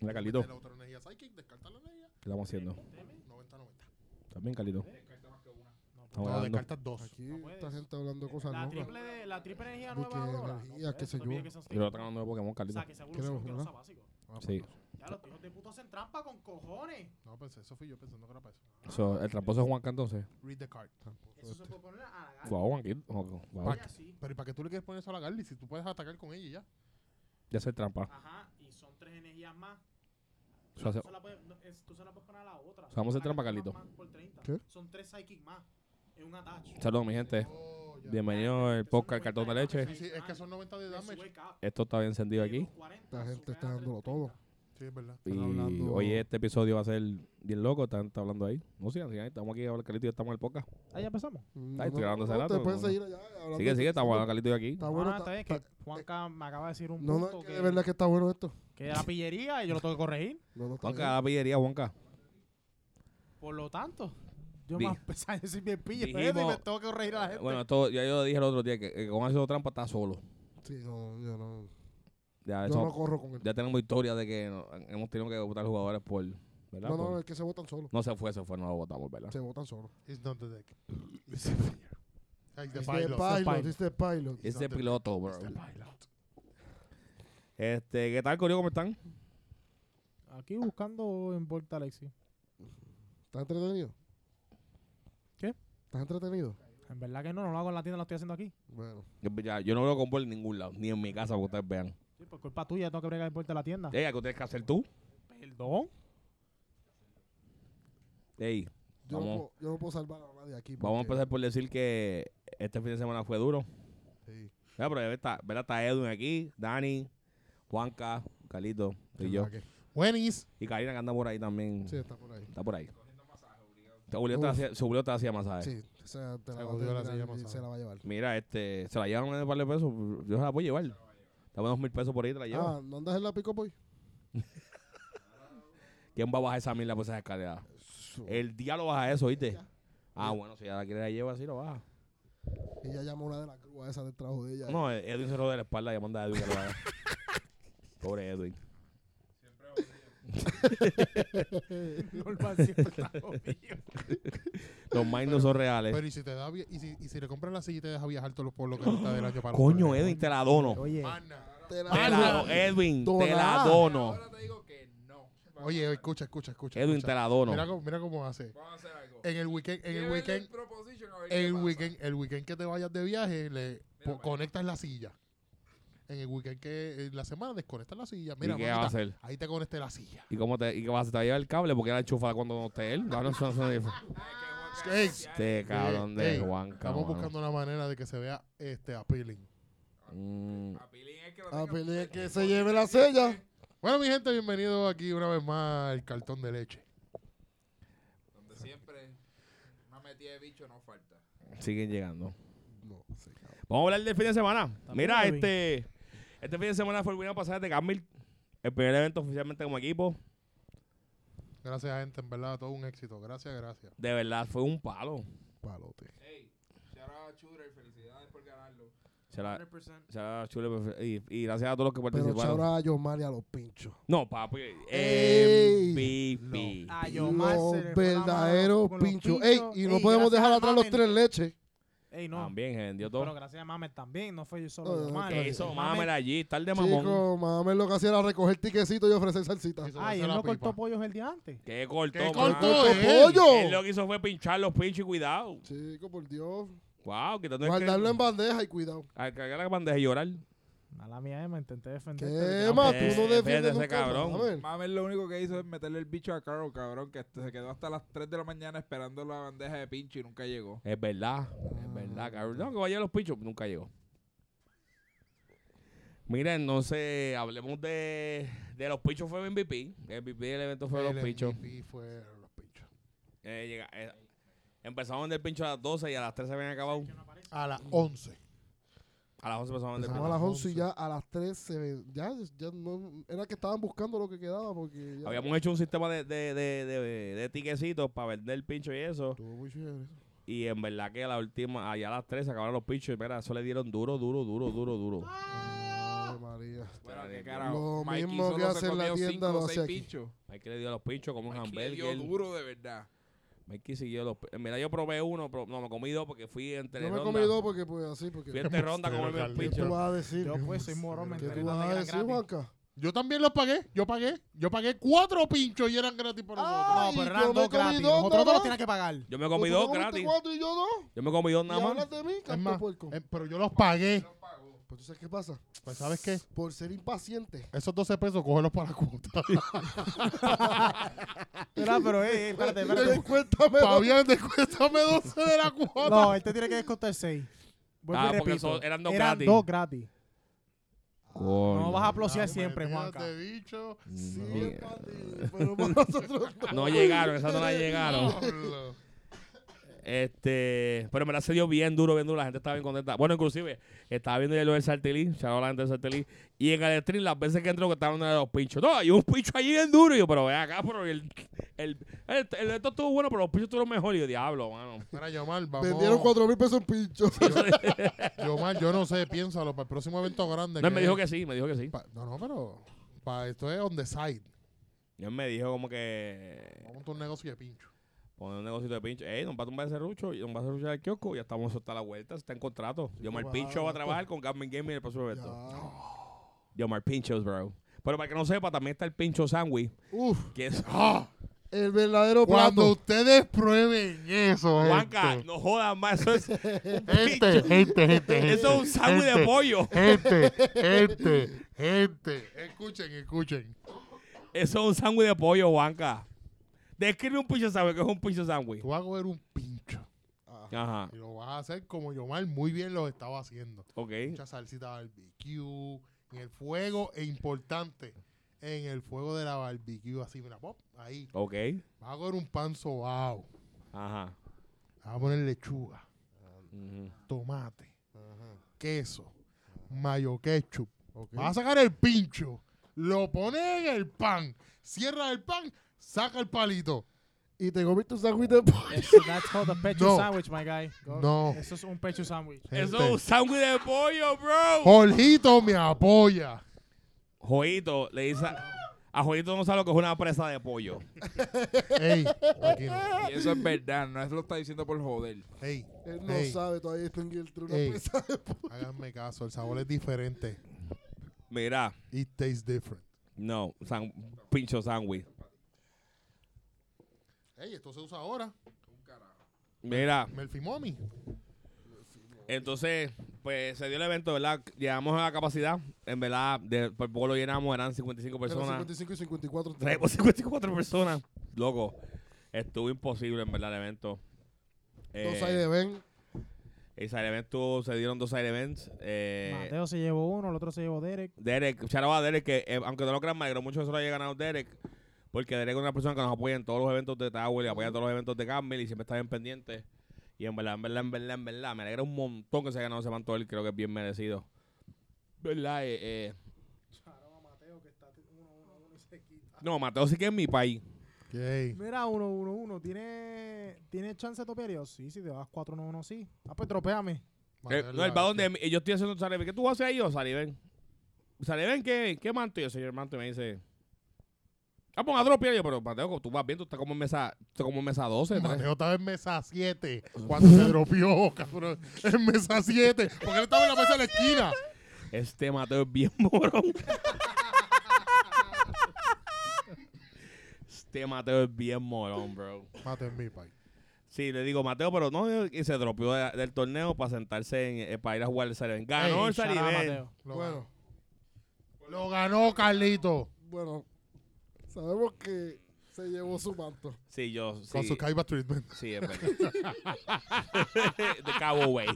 Mira, Carlito. La otra energía psychic, descarta la energía, ¿Qué estamos haciendo? 90-90. ¿También, Carlito? Estamos No, hablando. descartas dos. Aquí puedes. esta gente hablando cosas La nuevas. triple, de- la triple energía De nueva que ahora. energía, qué sé yo. Y Eh, lo otro de Pokémon, O Carlito. sea, que seguro Creo, son que no ¿verdad? sea básico. Ah, Sí. pues, Ya, los hijos de puto hacen trampa con cojones. No, pensé, eso fui yo pensando que era para eso. So, el tramposo es Juanca entonces. Read the card. Eso este. se puede poner a la gana. Guau, Juanquito. Guau, guau. Ella sí. Pero ¿y para qué tú le quieres poner eso a la Garly si tú puedes atacar con ella y ya? Ya hace trampa. Ajá, y son tres energías más. O sea, tú, hace- se la puedes, no, es- tú se la puedes poner a la otra. sea, vamos a hacer Para que trampa, tú más por 30. ¿Qué? Son tres psychic más. Es un attach. Saludos, mi gente. Oh, ya. Bienvenido al podcast Cartón de Leche. Sí, sí, es que son 90 de Le sube damage. el cap, Esto está bien encendido de aquí. los 40, Esta gente sube está a dándolo 330. Sí, es verdad. Y Están hablando- hoy este episodio va a ser bien loco. Están, están hablando ahí. No sigan, sigan. Estamos aquí hablando Carlito y estamos en el podcast. Ah, ya empezamos. Mm, Ay, estoy grabando hace no, rato, te pueden no. seguir allá. hablando Pues, Sigue, de- sigue. Estamos hablando Carlito y yo aquí. Está bueno. Ah, está- está bien, que está- Juanca me acaba de decir un No, no, punto es que que, de verdad que está bueno esto. que era pillería y yo lo tengo que corregir. No, no, está Juanca, bien. la pillería, Juanca. Por lo tanto, yo Vi- más pesado, yo soy bien pille. dijimos- espérate, me tengo que corregir a la gente. Bueno, esto, ya yo dije el otro día que, que con eso trampa está solo. Sí, no, yo no. Ya, Yo eso- no corro con él. ya tenemos historia de que no- hemos tenido que votar jugadores por. ¿Verdad? Pues. No, no, Por- es que se votan solos. no se fue, se fue, no lo votamos, ¿verdad? Se votan solos. It's not the deck. It's the player. Like the Este pilot. pilot, pilot. este pilot. It's Ese not the piloto, bro. It's the pilot. Este, ¿qué tal, Corio? ¿Cómo están? Aquí buscando en Volta Alexi. ¿Estás entretenido? ¿Qué? ¿Estás entretenido? En verdad que no, no lo hago en la tienda, lo estoy haciendo aquí. Bueno. Yo, ya, yo no lo compro en ningún lado, ni en mi casa, porque ustedes vean. Sí, por culpa tuya tengo que bregar en Volta a la Ah. tienda. Ey, ¿qué tienes que hacer tú? Perdón. Ey, Yo, no Vamos. puedo, yo no puedo salvar a nadie aquí. vamos a porque- empezar por decir que este fin de semana fue duro. Sí. Ya, pero ya está, ¿verdad? Está Edwin aquí, Dani, Juanca, Carlito y yo. ¿Qué? Wenny's. Y Karina que anda por ahí también. Sí, está por ahí. Está por ahí. Te- Julio te Uf. hacía- Julio te hacía masaje. Sí, o sea, te Se la, va a jodió la terminar silla y pasada. se la va a llevar. Mira, este, se la llevan un par de pesos. Yo se la puedo llevar. Te voy a dos mil pesos por ahí, te la llevo. Ah, ¿no andas en la pico boy? ¿Quién va a bajar esa mil por esas escaleras? El diablo baja eso, ¿viste? Ah, bueno, si ya la quiere la lleva, así lo baja. Ella llamó una de las grúas esa del trabajo de ella. No, Ed- Edwin se rodea la espalda y manda a Edwin que lo haga. Pobre Edwin. Normal siempre está jodido. Los minds no son reales. Pero ¿y si, te da, vi- y, si, y si le compras la silla y te deja viajar todos los pueblos que está del año para Coño, otro? Edwin, te la dono. Oye, Mana. Te la- Te la do- Edwin, te la Donada. dono. Ahora te digo que no. Oye, escucha, escucha, escucha. Edwin, escucha. te la dono. Mira cómo, mira cómo hace. Vamos a hacer algo. En el weekend, en el Llévenle weekend, proposition a ver qué el pasa. weekend, el weekend que te vayas de viaje, le po- para allá. conectas la silla. En el weekend que en la semana desconectas la silla. Mira, ¿Y qué va a manita, hacer? ahí te conecté la silla. ¿Y cómo te, y qué vas a hacer? ¿Te va a llevar el cable? Porque era enchufada cuando no esté él. Cabrón, eso no suena bien. Ay, que Juan Skates. Carlos ya- Este cabrón de Ey, Juan, Estamos cabrón. buscando una manera de que se vea este appealing. Mm, A Pilín es que lo A tenga- pelear Ah, pues, que se lleve la sella. Bueno, mi gente, bienvenido aquí una vez más al cartón de leche. Donde siempre una metida de bicho no falta. siguen llegando. No, sí, cabrón. Vamos a hablar del fin de semana. Está Mira, bien, este, este fin de semana fue el primer pasaje de Camil. El primer evento oficialmente como equipo. Gracias, gente, en verdad, todo un éxito. Gracias, gracias. De verdad, fue un palo. Palote. Ey, shout out a Shooter, felicidades por ganarlo. Se la, 100%. se la chulo, y, y gracias a todos los que Pero participaron. chabra a Yomar y a los pinchos. No, papi. Ey, MVP. a Yomar se le Los fue la mano verdaderos con los pinchos. Ey, y no Ey, podemos gracias dejar a atrás los Mamen. tres leches. Ey, no. También, gente. Dio Pero Ah, todo. gracias a Mamet también, no fue yo No, solo. no, Mamen. Que Pero- hizo Mamen- Mamer allí. Está el de mamón. Chico, mames, lo que hacía era recoger tiquecitos y ofrecer salsita. Eso- Ay, Esa él la no pipa. cortó pollos el día antes. Que cortó, ¡Qué mano. cortó ¡Corto él! Él lo pollo! que hizo fue pinchar los pinches y cuidado. Chico, por Dios. Wow, que tanto es que- Guardarlo en bandeja y cuidado. Al cargar la bandeja y llorar. Mala mía, Emma, intenté defender. ¿Qué más? Tú Eh, no espérate, defiendes ese nunca. cabrón. mamen. Mames lo único que hizo es meterle el bicho a Carl, cabrón, que este se quedó hasta las 3 de la mañana esperando la bandeja de pincho y nunca llegó. Es verdad. Ah, Es verdad, cabrón. No, que vaya a los pinchos. Nunca llegó. Mira, entonces hablemos de, de los pinchos fue MVP. El MVP del evento fue El los pinchos. MVP fue los pinchos. Eh, llega- eh, empezamos a vender pinchos a las 12 y a las 13 habían acabado. A las 11. A las 11 empezamos a vender Empezamos pinchos. a las 11 y Once. ya a las 3 se ve- ya, ya no, era que estaban buscando lo que quedaba porque ya Habíamos hecho un sistema de, de, de, de, de tiquecitos para vender el pincho y eso. estuvo muy chévere. Y en verdad que a la última, allá a las 3 se acabaron los pinchos. Y mira, eso le dieron duro, duro, duro, duro, duro. Ay, María. Bueno, Lo qué carajo. mismo Mikey que solo hace se en la comió tienda, cinco lo o hace seis aquí. pinchos. Mikey le dio los pinchos como un Mikey le dio hamburger. duro de verdad. Mikey siguió los. eh, Mira, yo probé uno, pero no me comí dos porque fui en Yo Teleronda. me comí dos porque, pues, así, porque... Fui en Teleronda a comerme los ¿Qué tú pinchos. vas a decir? Yo, pues, soy morón, me ¿Qué enteré tú vas a dónde decir, eran gratis. Juanca? Yo también los pagué, yo pagué, yo pagué cuatro pinchos y eran gratis ¡Ah! para No, nosotros. Ay, pero yo eran me dos comí gratis. dos Los otros dos nada los más. tenías que pagar. Yo me Pues ¿Tú comí te dos comiste gratis. cuatro y yo dos? Yo me comí dos ¿Y nada más. hablas de mí, más, canto puerco? Eh, pero yo los pagué. Pues, ¿tú sabes qué pasa? Pues sabes qué, Por ser impaciente. esos 12 pesos cógelos para la cuota. Espera, pero, eh, eh, espérate, espérate. Cuéntame. Fabián, descuéntame 12 de la cuota. No, este tiene que descontar 6. Vuelvo Ah, y porque repito. son- eran dos gratis. dos gratis. No vas a Ay, plosear siempre, maldita Juanca. de bicho. Sí, Mierda. Pati, pero para nosotros No llegaron, esas no las llegaron. Diablo. Este, pero me la se dio bien duro, bien duro. La gente estaba bien contenta. Bueno, inclusive, estaba viendo ya lo del Sartelí, charlaba la gente del Sartelí. Y en Electric, las veces que entró, que estaban de los pinchos. No, hay un pincho allí bien duro. Y yo, pero ve acá, pero el, el, el- el- esto estuvo bueno, pero los pinchos estuvieron mejor. Y yo, diablo, mano. Mira, Yomar, vamos. vendieron cuatro mil pesos en pincho. Yomar, yo no sé, piénsalo, para el próximo evento grande. No, él me dijo que sí, me dijo que sí. Pa- no, no, pero pa, esto es on the side. Y él me dijo como que Vamos a un negocio de pincho. poner un negocio de pincho. Ey, nos va a tumbar ese rucho, y nos va a hacer al kiosco. Ya estamos hasta la vuelta, está en contrato. Yo, el wow, pincho va a esto- trabajar con Gatman Gaming en el próximo Ya. evento. Yo, pinchos, bro. Pero para que no sepa, también está el pincho sandwich, Uf, que es ¡ah! el verdadero Cuando plato. ustedes prueben eso, Juanca, gente. no jodas más. Eso es, Gente, gente, gente, gente. eso es un sándwich de gente, pollo. Gente, gente, gente. Escuchen, escuchen. Eso es un sándwich de pollo, Juanca. Describe un pinche sándwich, que es un pinche sándwich. Tú vas a comer un pincho. Ajá, Y lo vas a hacer como Yomar muy bien lo estaba haciendo. ok. Mucha salsita barbecue. En el fuego, e importante, en el fuego de la barbecue, así, mira, pop, ahí. Ok, Vas a comer un pan sobao. ajá. Vas a poner lechuga. ujú. tomate, queso, mayo ketchup. Ok. Vas a sacar el pincho, lo pones en el pan, cierra el pan, saca el palito. Y te comiste un sándwich de pollo. Eso, that's called a pecho No. sandwich, my guy. Go. No. Eso es un pecho sandwich. Eso gente. es un sándwich de pollo, bro. Jorgito me apoya. Joito, le dice... A Joito no sabe lo que es una presa de pollo. Ey, aquí no. Y eso es verdad, no es lo está diciendo por joder. Ey, Él no ey, sabe todavía está en el tru- una Ey. presa de pollo. háganme caso, el sabor es diferente. Mira, It tastes different. no, san- pincho sándwich. Ey, esto se usa ahora. Mira, Melfimomi. Entonces, pues se dio el evento, ¿verdad? Llegamos a la capacidad, en verdad, de, por poco lo llenamos, eran 55 Era personas. pues, 55 y 54. Traemos 54 personas. Loco, estuvo imposible, en verdad, el evento. Eh, Dos side event. el side event tuvo- se dieron dos side events. Eh, Mateo se llevó uno, el otro se llevó Derek. Derek, shout out a Derek, que eh, aunque no lo crean, me alegró mucho que solo haya ganado Derek, porque Derek es una persona que nos apoya en todos los eventos de Tower y apoya en todos los eventos de Carmel y siempre está bien pendiente. Y en verdad, en verdad, en verdad, en verdad, me alegra un montón que se haya ganado ese manto él, creo que es bien merecido. ¿Verdad? Eh, eh, no, Mateo sí que es mi país. Eh, Ey, Mira, 1 1 1 ¿Tiene, ¿Tiene chance de topear? Y Yo, sí, si te vas 4 1 1 sí. Ah, pues tropeame. Eh, no, el balón de. eh, Yo estoy haciendo un Sariven. ¿Qué tú haces ahí, oh, Sariven? Sariven, ¿qué, ¿qué manto? Y el señor manto me dice. Ah, pon a dropear. Y Yo, pero Mateo, tú vas bien, tú estás como en mesa, tú estás como en mesa 12. tres. Mateo estaba en mesa 7 cuando se dropió, cabrón. En mesa 7. Porque él estaba en la mesa de la esquina. Este Mateo es bien morón. este Mateo es bien morón, bro. Mateo en mi país. Sí, le digo Mateo, pero no, y se dropeó de- del torneo para sentarse en, eh, para ir a jugar el Sariven. Ganó Ey, el Shout out a Sariven. Mateo. Lo Bueno, ganó. Lo ganó Carlito. bueno. Sabemos que se llevó su manto. Sí, yo. Sí, Con su Kaiba Treatment. sí es verdad. de Cabo Way.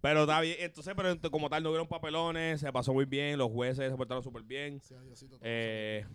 Pero está bien, entonces, pero ent- como tal, no hubieron papelones, se pasó muy bien, los jueces se portaron súper bien. Sí, adiosito, todo Eh,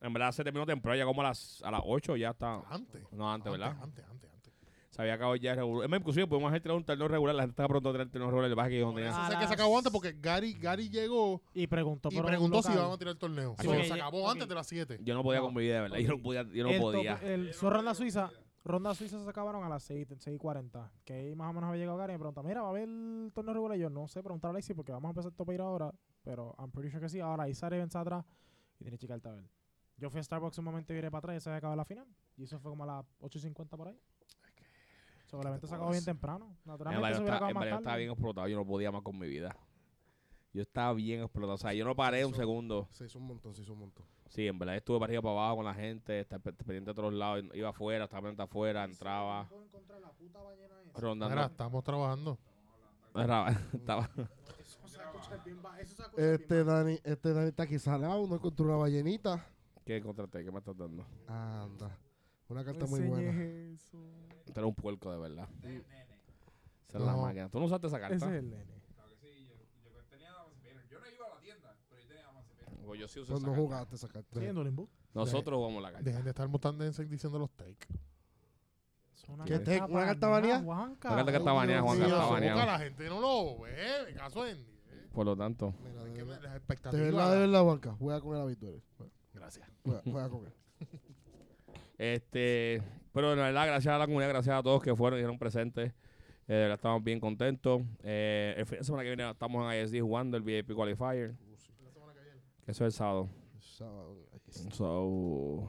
en verdad se terminó temprano, ya como a las, a las 8 ya está. Antes. No, antes, ¿verdad? Antes, antes, antes. Se había acabado ya el regular. Es más, inclusive podemos hacer un torneo regular, la gente estaba pronto a tener el torneo regular, el baje que yo no Por tenía. eso A sé que las- se acabó antes porque Gary, Gary llegó Y preguntó y por un preguntó si local. íbamos a tirar el torneo. Ay, So, ok, se ya- acabó ok. antes de las 7. Yo no podía No, con mi vida, de verdad. Yo no podía, yo El no top- podía. El Zorro en la Suiza Ronda Suiza se acabaron a las 6, 6.40. Que ahí más o menos había llegado Gary y me pregunta, mira, ¿va a haber el torneo regular? Y yo no sé, preguntar a Alexis porque vamos a empezar el tope ir ahora. Pero I'm pretty sure que sí. Ahora Isar vence atrás y tiene chica el tabel. Yo fui a Starbucks un momento y viré para atrás y se había acabado la final. Y eso fue como a las 8.50 por ahí. Seguramente se acabó bien temprano. En Naturalmente verdad, se yo estaba, hubiera acabado en más verdad yo estaba tarde. bien explotado, yo no podía más con mi vida. Yo estaba bien explotado, o sea, yo no paré un Eso- segundo. Se hizo un montón, se hizo un montón. Sí, en verdad estuve para arriba para abajo con la gente, estaba pe- pendiente de todos lados, iba afuera, estaba pendiente afuera, entraba, rondando. Mira, estamos trabajando. Era- estaba- Este Dani, este Dani está aquí salado, no encontró una ballenita. ¿Qué contraté? ¿Qué me estás dando? Anda. Una carta muy buena. Tú eres un puerco de verdad. Esa es No. la máquina. Tú no usaste esa carta. Ese es el nene. Claro que sí, yo, yo tenía Emancipator. Yo no iba a la tienda, pero yo tenía Emancipator. Pues yo sí usé Pues esa no carta. jugaste esa carta. Sí, en Dueling Book. Nosotros jugamos la carta. Dejen de estar mutando en diciendo los takes. Es una ¿Qué te- una para carta nada, baneada? Juanca. Una carta que está Ay, baneada, Ah, Dios Juan mío, Carlos. Está se Boca, baneada. la gente no lo ve, me caso en eh. Por lo tanto. Mira, Es de que verdad. las De verdad, de expectativas. verdad, Juanca. Juega con el habitual. Gracias. Juega, juega con él. Este, pero en verdad, gracias a la comunidad, gracias a todos que fueron y hicieron presentes. Eh, de verdad, estamos bien contentos. Eh, el fin de semana que viene estamos en ISD jugando el VIP Qualifier. Uh, Que eso es el sábado. Sábado, ahí está. So.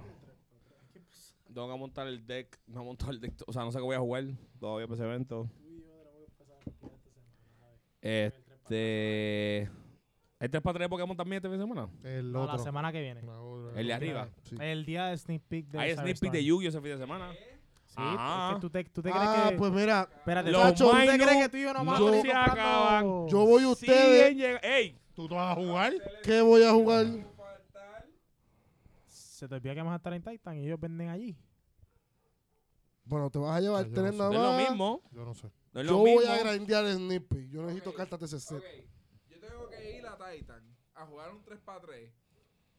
Tengo que montar el deck. No he montado el deck. to- O sea, no sé qué voy a jugar todavía para ese evento. Este. ¿Este es para tres Pokémon también este fin de semana? El No, la otro. semana que viene. La otra. El de arriba. Sí. El día de sneak peek de Hay sneak peek Cyberstorm. de Yu-Gi-Oh! ese fin de semana. Sí, Ajá. es que tú te, tú te crees Ah, que... pues mira, espérate, los Tacho, ¿tú te minus crees que tú y yo nos vamos a no venir se comprando- acaban. yo voy a ustedes. Siguen llega- ¡Ey! ¿Tú te vas a jugar? eh. ¿Qué voy a jugar? Se te olvida que vamos a estar en Titan y ellos venden allí. Bueno, te vas a llevar Yo tres no No nada es lo más. mismo. Yo no sé. No es Yo lo voy mismo. a grandear el Snippy. Yo necesito Ok. cartas de ese set. Ok, yo tengo que ir a Titan a jugar un 3x3.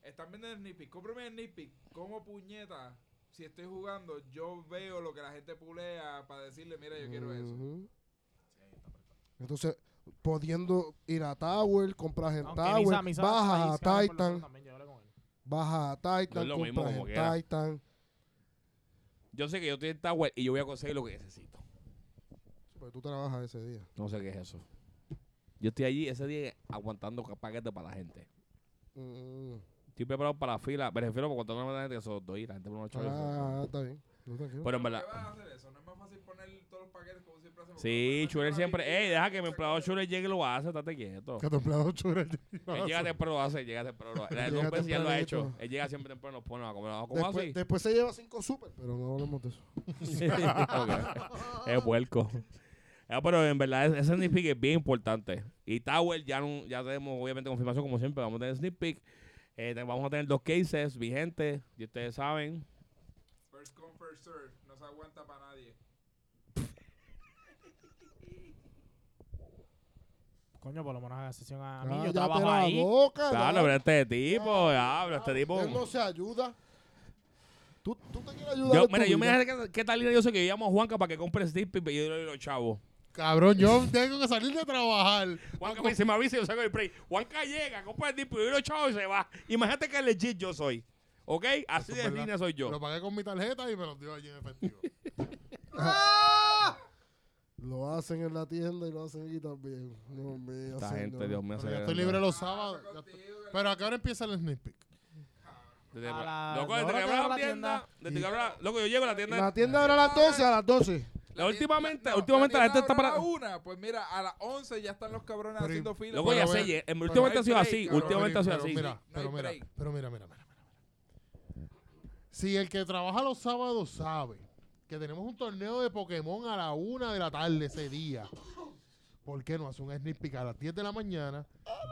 Están vendiendo el Nippic. Cómprame el Nippic. Como puñeta, si estoy jugando, yo veo lo que la gente pulea para decirle, mira, yo quiero Mm. eso. Ujú. Entonces, pudiendo ir a Tower, comprar en Aunque Tower, Misa- Misa baja ahí a se gana por los Titan, dos también, yo hablé con él. baja a Titan, lo mismo compras como en quiera. Titan. Yo sé que yo estoy en Tower y yo voy a conseguir lo que necesito. Pero Pues tú trabajas ese día. No sé qué es eso. Yo estoy allí ese día aguantando ca- paquetes para la gente. Mm. Estoy preparado para la fila. Me refiero para contarme a la gente que son dos y la gente por unos chavos. Ah, está bien. No, tranquilo. Pero en ¿Por verdad. qué vas a hacer eso? No es más fácil poner todos los paquetes como siempre hacemos. Sí, Chuler Chuler siempre. eh. Ey, deja que mi empleado Chuler llegue y lo hace, estate quieto. Que tu empleado chura. Él llega temprano, lo hace, llega temprano. Lo hace. Llega Dos veces ya lo ha tempranito. hecho. Él llega siempre temprano, nos pone a comer. ¿Cómo Después, así? después se lleva cinco super, pero no hablemos de eso. Ok. Es puerco. Ah, pero en verdad ese- ese sneak peek es bien importante. Y Tower ya, no, ya tenemos obviamente confirmación como siempre. Vamos a tener sneak peek. Eh, te- vamos a tener dos cases vigentes. Y ustedes saben. First come, first serve. No se aguanta para nadie. Coño, por lo menos haga sesión a mí. Ah, Yo ya te trabajo la ahí. boca. Claro, ya. pero este tipo, habla, este tipo. Él no se ayuda. Tú, tú te quieres ayudar. Yo, en tu mira, yo me vida. dejé que, que tal idea yo sé que yo llamo a Juanca para que compre sneak peek y yo le doy los chavos. Cabrón, yo tengo que salir de trabajar. Juanca me dice, me avisa y yo saco el break. Juanca llega, compra el tipo, yo lo chavo y se va. Imagínate que legit yo soy. ¿Ok? Así Eso es de verdad. línea soy Lo yo. pagué con mi tarjeta y me los dio allí en efectivo. Lo hacen en la tienda y lo hacen aquí también. Dios mío. Esta gente, señor. Dios mío, Pero se ya ve- estoy libre los sábados. ya estoy- Contigo, Pero a qué hora empieza el sneak peek. Desde- A la- Loco, no, desde no que te abra la abro la tienda. tienda. Desde que abra- Loco, yo llego a la tienda. La tienda abre a las 12, a las 12. La últimamente, tienda- no, últimamente la gente está tienda para. abre a la una, pues mira, a las 11 ya están los cabrones Pero- haciendo fila. Loco, ya Pero sé, ven- ye- en- pero últimamente no ha sido hay así. break, cabrón. Últimamente ha sido pero así. Mira, No pero hay mira, break. pero mira, mira, mira, mira, mira. Si el que trabaja los sábados sabe que tenemos un torneo de Pokémon a la una de la tarde ese día, ¿por qué no hace un sneak peek a las 10 de la mañana?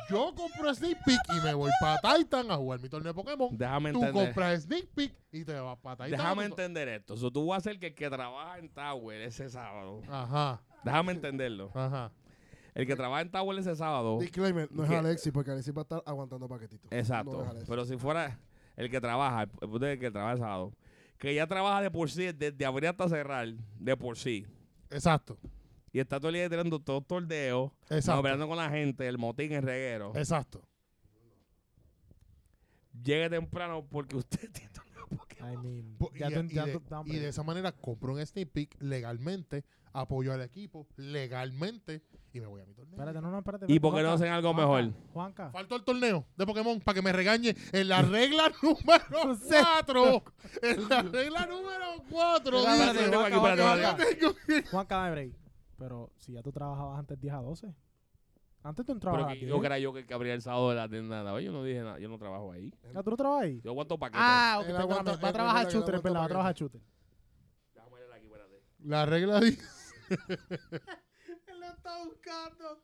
Yo compro sneak peek y me voy para Titan a jugar mi torneo de Pokémon. Déjame Tú entender. compras sneak peek y te vas para Titan. Déjame a tu- entender esto. So, tú vas a ser que el que trabaja en Tower ese sábado. Ajá, Déjame entenderlo. ajá. El que trabaja en Tower ese sábado. Disclaimer, no es ¿Qué? Alexis, porque Alexis va a estar aguantando paquetitos. No Exacto. es Alexis. Pero si fuera el que trabaja, el punto es el que trabaja el sábado, que ya trabaja de por sí, desde abrir hasta cerrar, de por sí, Exacto, y está todo el día tirando todos tordeos, exacto, Eh. hablando con la gente, el motín, el reguero, exacto. llegue temprano porque usted tiene torneo de Pokémon. I mean, Po- ya Pues, y, te- y ya de, te dan y de break. esa manera compro un sneak peek legalmente, apoyo al equipo legalmente y me voy a mi torneo. Espérate, no, no, espérate. ¿Y espérate, por qué no Juanca, hacen algo Juanca, mejor? Juanca. Falto el torneo de Pokémon para que me regañe en la regla número 4. En la regla número 4. Espérate, Espérate, espérate, espérate, Juanca, espérate, Juanca. Juanca, dame break. Pero si ya tú trabajabas antes 10 a 12. Antes tú entrabas Pero a las que yo 10. que era yo que que abría el sábado de la tienda de la vez, Yo no dije nada, yo no trabajo ahí. Ah, ¿Tú no trabajas ahí? Yo aguanto paquetes. Ah, ok, Él perdóname, aguanta- va a él trabajar aguanta- él shooter, perdón, va a aguanta trabajar shooter. Déjame leerla aquí, espérate. La regla dice. Él lo está buscando.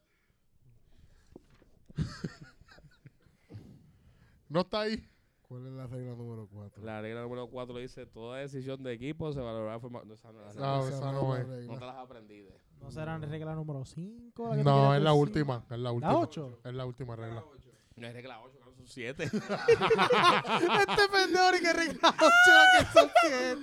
No está ahí. ¿Cuál es la regla número 4? La regla número 4 dice, toda decisión de equipo se valorará de forma... No, esa no, es la Ah. No, regla. esa no es. No te las aprendiste. ¿No será la regla número 5? No, es la última. Es la última. ¿La 8? Es la última regla. No es regla 8, claro, son 7. Este pendejo ni que regla 8 que son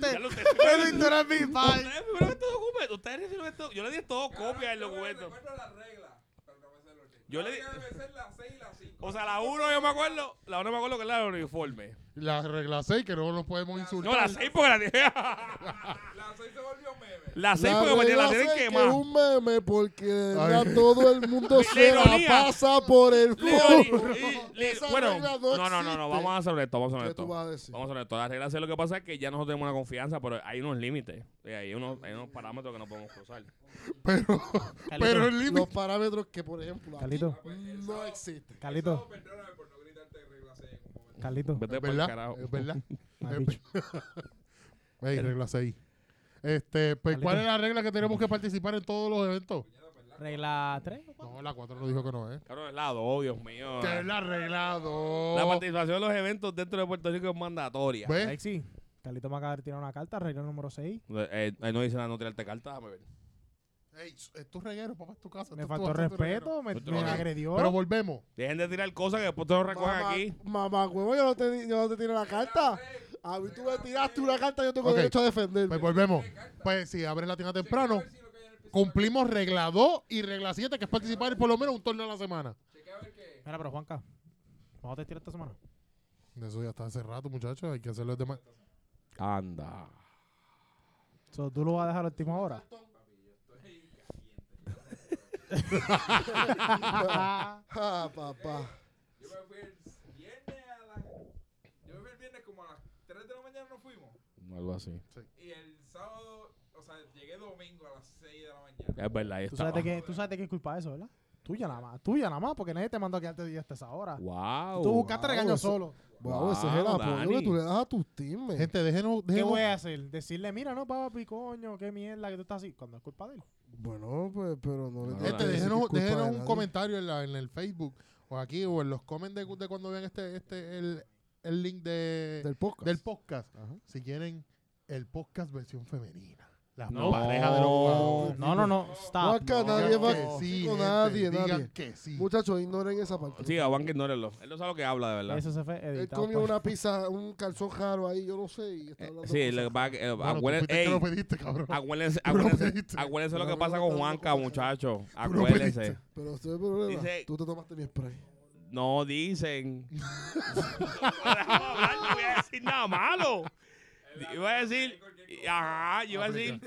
7. Pero tú eres mi padre. Ustedes vieron este documento, ustedes recibieron esto. Yo le di todo copia del yo me documento. recuerdo la regla, pero no me sé los chistes. Yo le di- Creo que debe ser la 6 y la 5. O sea, la 1 yo me acuerdo, la 1 me acuerdo que era el uniforme. La regla 6, que no nos podemos No, insultar. la 6 porque la tienen. La 6 se volvió meme. La 6 porque la tienen- la tienen Es quemada. un meme porque Ay. ya todo el mundo se la ironía. pasa por el Leoni- culo. y- le- Esa Bueno, regla no, no no, no, no, existe. vamos a hacer esto, vamos a hacer ¿Qué tú esto. vas a decir? Vamos a hacer esto. La regla es lo que pasa es que ya nosotros tenemos una confianza, pero hay unos límites. Y Hay unos, hay unos parámetros que no podemos cruzar. Pero, pero el límite. Los parámetros que, por ejemplo, aquí Carlito. no existen. Eso, Carlito, perdóname por no gritarte regla 6 en un momento. Carlito, Vete Es por el verdad. carajo. Es verdad. mal Eh, bicho. Ey, regla 6. Este, pues, ¿cuál es la regla que tenemos que participar en todos los eventos? Regla 3. No, la 4 no dijo que no, ¿eh? Cabrón, es la 2, Dios mío. Que es la regla dos. La participación en los eventos dentro de Puerto Rico es mandatoria. ¿Ves? Alexi, Carlito me acaba de tirar una carta, regla número 6. Eh, eh, no dice nada, no tirarte cartas, déjame ver. Ey, es tu reguero, papá, es tu casa. Me tú- tú faltó haces tu reguero. respeto, me, Yo te me lo digo. agredió. Pero volvemos. Dejen de tirar cosas que después te lo recogen Mamá- aquí. Mamá, huevo, yo no te, di- yo no te tiré la carta. A mí tú me tiraste una carta, yo tengo Ok. derecho a defender. Pues volvemos. Pues si abres la tienda temprano, Chequea a ver si lo que hay en el piso. cumplimos regla 2 y regla 7, que es participar en por lo menos un torneo a la semana. Chequea a ver qué. Mira, pero Juanca, vamos a testear esta semana. Eso ya está hace rato, muchachos. Hay que hacerlo de ma- Anda. So, tú lo vas a dejar a última hora. pues. Ah, papá. Yo me fui el viernes a las. Yo me fui el viernes como a las 3 de la mañana nos fuimos. Algo así. Y el sábado, o sea, llegué domingo a las 6 de la mañana. Es verdad, ahí Tú está. sabes, de qué, tú sabes de qué culpa es eso, ¿verdad? Tuya nada más, tuya nada más, porque nadie te mandó a quedarte día hasta esa hora. Wow. Tú buscaste wow, regaño eso- solo. Wow, ese es el Wow, apoyo Dani. que tú le das a tus teams. Gente, déjenos. ¿Qué déjenos- voy a hacer? Decirle, mira, no, papi, coño, qué mierda que tú estás así. Cuando es culpa de él. Bueno, pues, pero no le Gente, tienes Gente, que Dani, decir que déjenos, es culpa déjenos de un nadie. comentario en, la- en el Facebook o aquí o en los comments de, de cuando vean este, este el, el link de, del podcast. del podcast. Ajá. Si quieren el podcast versión femenina. La No. pareja de los jugadores. No, no, no. Stop. Juanca, no. nadie va- Digan que sí, con gente, nadie, digan nadie. que sí. Muchachos, ignoren esa parte. Sí, a Juan que ignórenlo. Él no sabe lo que habla, de verdad. Eso se fue editado. pues. Él comió por- una pizza, un calzón jaro ahí, yo no sé. Y está Eh, hablando sí, cosas. lo que pasa es que. eh, Bueno, tú acuérdense- fuiste el que ey, lo pediste, cabrón. Acuérdense, Tú lo acuérdense, pediste. acuérdense lo Pero que no pasa con estamos Juanca, jugando. muchachos. lo Acuérdense. pediste. Pero usted, problema, Dice- tú te tomaste mi spray. No dicen. no voy a decir nada malo. Yo iba a decir. Ajá, yo iba a decir.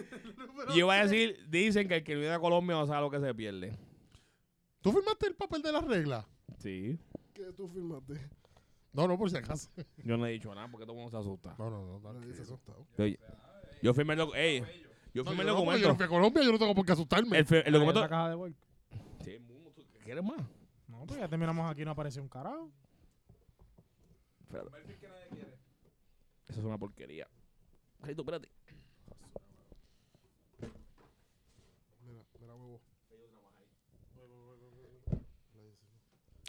Yo iba a decir. Dicen que el que viene a Colombia no sabe lo que se pierde. ¿Tú firmaste el papel de las reglas? Sí. Que tú firmaste. No, no, por si acaso. Yo no he dicho nada porque todo el mundo se asusta. No, no, no. Nadie se tranquilo. asustó. Yo, yo firmé el documento. yo No, firmé el yo no, porque Yo no documento. fui a Colombia, yo no tengo por qué asustarme. El, fi- el Ahí en la documento. caja de Word. Sí, mundo, ¿tú qué ¿Quieres más? No, pues ya terminamos aquí, no apareció un carajo. Espérate, Perfil que nadie quiere. eso es una porquería. Carito, espérate. Mira, mira, huevo.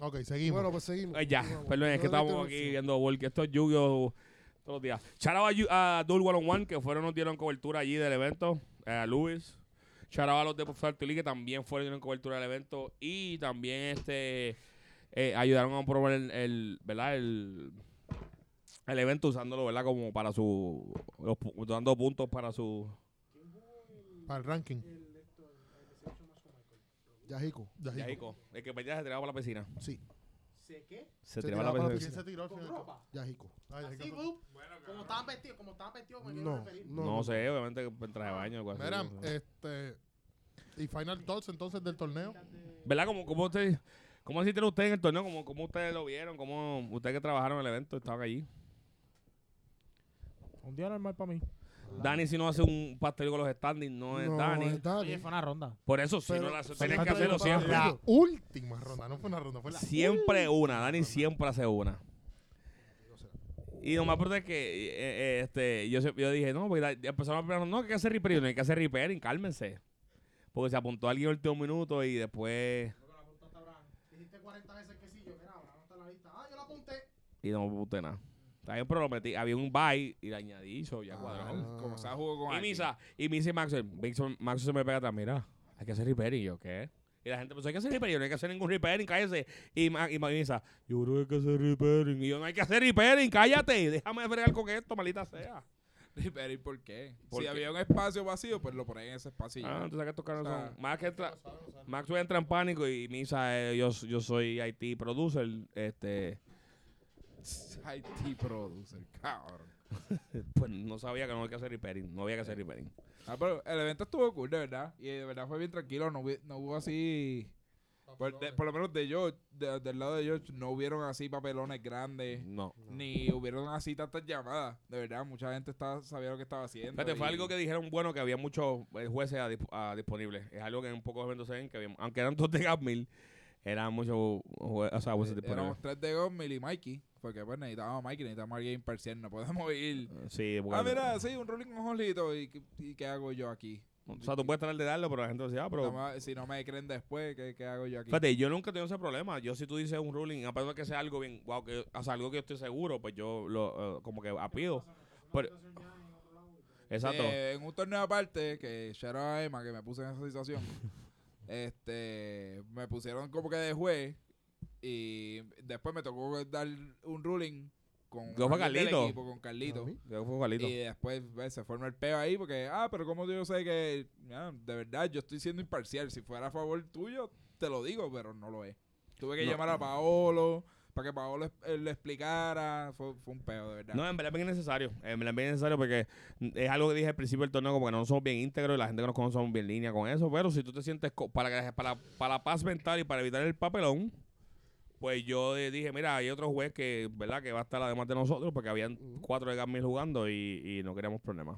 Ok, seguimos. Bueno, pues seguimos. Ay, ya, perdón, es que estamos aquí viendo porque esto es lluvio todos los días. Shout out a Yu- a, Dual One on One, que fueron, nos dieron cobertura allí del evento. eh, A Luis. Shout out a los de Puerto League, que también fueron, dieron cobertura del evento. Y también este eh, ayudaron a promover el, el, ¿verdad? El, el evento usándolo, ¿verdad? Como para su. los pu- dando puntos para su. Para el ranking. Yajico. Yajico. El que perdía se tiraba para la piscina. Sí. ¿Se qué? Se Se tiraba la tiraba para la piscina. piscina. se tiró al ¿Con final. ropa? Yajico. Ah, Yajico Así, fue- boom. Bueno, Como cabrón. estaban vestidos, como estaban vestidos, me quiero No, referir. No, no. sé, obviamente en traje de baño o algo así. Mira, no sé. este. Y Final Thoughts entonces del torneo. ¿Verdad? ¿Cómo, cómo, usted, ¿Cómo asistieron ustedes en el torneo? ¿Cómo, cómo ustedes lo vieron? ¿Cómo ustedes que trabajaron en el evento estaban allí? Un día normal para mí. Dani, si no hace un pastel con los standings, no es Dani. es Dani. Oye, fue una ronda. Por eso, si eh, Pero- no lo hace, pero tienes que está hacerlo bien, siempre. La última ronda, no fue una ronda, fue la Uh. Siempre una, Dani siempre hace una. Y lo más importante es que eh, eh, este, yo, se- yo dije, no, porque da- empezaron a hablar, no, que hay que hacer repairing, no hay que hacer repairing, cálmense. Porque se apuntó alguien el último minuto y después... Lo que la apuntaste, Abraham. Dijiste 40 veces que sí, yo, mira, Abraham está en la lista. Ah, yo la apunté. Y no apunté nada. Está bien, pero lo metí. Había un bye y le añadí, so ya Ah. cuadraron. Como se jugó con Y alguien. Misa, y Misa y Maxwell, Maxwell, Maxwell se me pega atrás, mira, hay que hacer repairing. Y yo, ¿qué? Y la gente pensó, hay que hacer repairing, no hay que hacer ningún repairing, cállese. Y, Ma- y Ma- y Misa, yo creo que hay que hacer repairing. Y yo, no hay que hacer repairing, cállate, déjame fregar con esto, maldita sea. Ah, Pero ¿y por qué? ¿Por si qué? había un espacio vacío, pues lo ponen en ese espacio. y ya. Ah, entonces que estos cabrones O sea, son- Más que entra, Maxwell entra en pánico y Misa, eh, yo, yo soy IT producer, este, IT producer, cabrón. pues no sabía que no había que hacer repairing, no había que hacer repairing. Ah, pero el evento estuvo cool, de verdad. Y de verdad fue bien tranquilo. No, hubi- no hubo así. Por, de- por lo menos de George, de- del lado de George, no hubieron así papelones grandes. No. Ni hubieron así tantas llamadas. De verdad, mucha gente está, sabía lo que estaba haciendo. Fíjate, fue y- algo que dijeron bueno que había muchos eh, jueces a disp- a disponibles. Es algo que en pocos eventos se ven que había, aunque eran dos de Gasmil, eran muchos jue- o sea, jueces eh, disponibles. Éramos tres de Gomil y Mikey. Porque pues necesitábamos a Mikey, necesitábamos a alguien imparcial. No podemos ir. Eh, Sí, porque- Ah, mira, sí, un rolling con Jolito. ¿Y, qué- y qué hago yo aquí? o sea, tú puedes tratar de darlo, pero la gente decía, ah, pero No me- si no me creen después, ¿qué, qué hago yo aquí? Fíjate, yo nunca he tenido ese problema. Yo si tú dices un ruling, a pesar de que sea algo bien, wow, que, o sea, algo que yo estoy seguro, pues yo lo eh, como que apido. Pero- Exacto. Eh, en un torneo aparte, que shout out a Emma, que me puse en esa situación, este, me pusieron como que de juez y después me tocó dar un ruling con, Yo fue alguien del Carlito. equipo, con Carlito. Yo fui Juanito. Y después pues, se forma el peo ahí porque, ah, pero como yo sé que, ah, de verdad, yo estoy siendo imparcial. Si fuera a favor tuyo, te lo digo, pero no lo es. Tuve que No. llamar a Paolo para que Paolo es- eh, le explicara. Fue, fue un peo, de verdad. No, en verdad es bien necesario. En verdad es bien necesario porque es algo que dije al principio del torneo, como que no somos bien íntegros y la gente que nos conoce somos bien línea con eso. Pero si tú te sientes co- para, que- para, para la paz mental y para evitar el papelón, pues yo de- dije, mira, hay otro juez que, ¿verdad? Que va a estar además de nosotros porque habían cuatro de Gamil jugando y, y no queríamos problemas.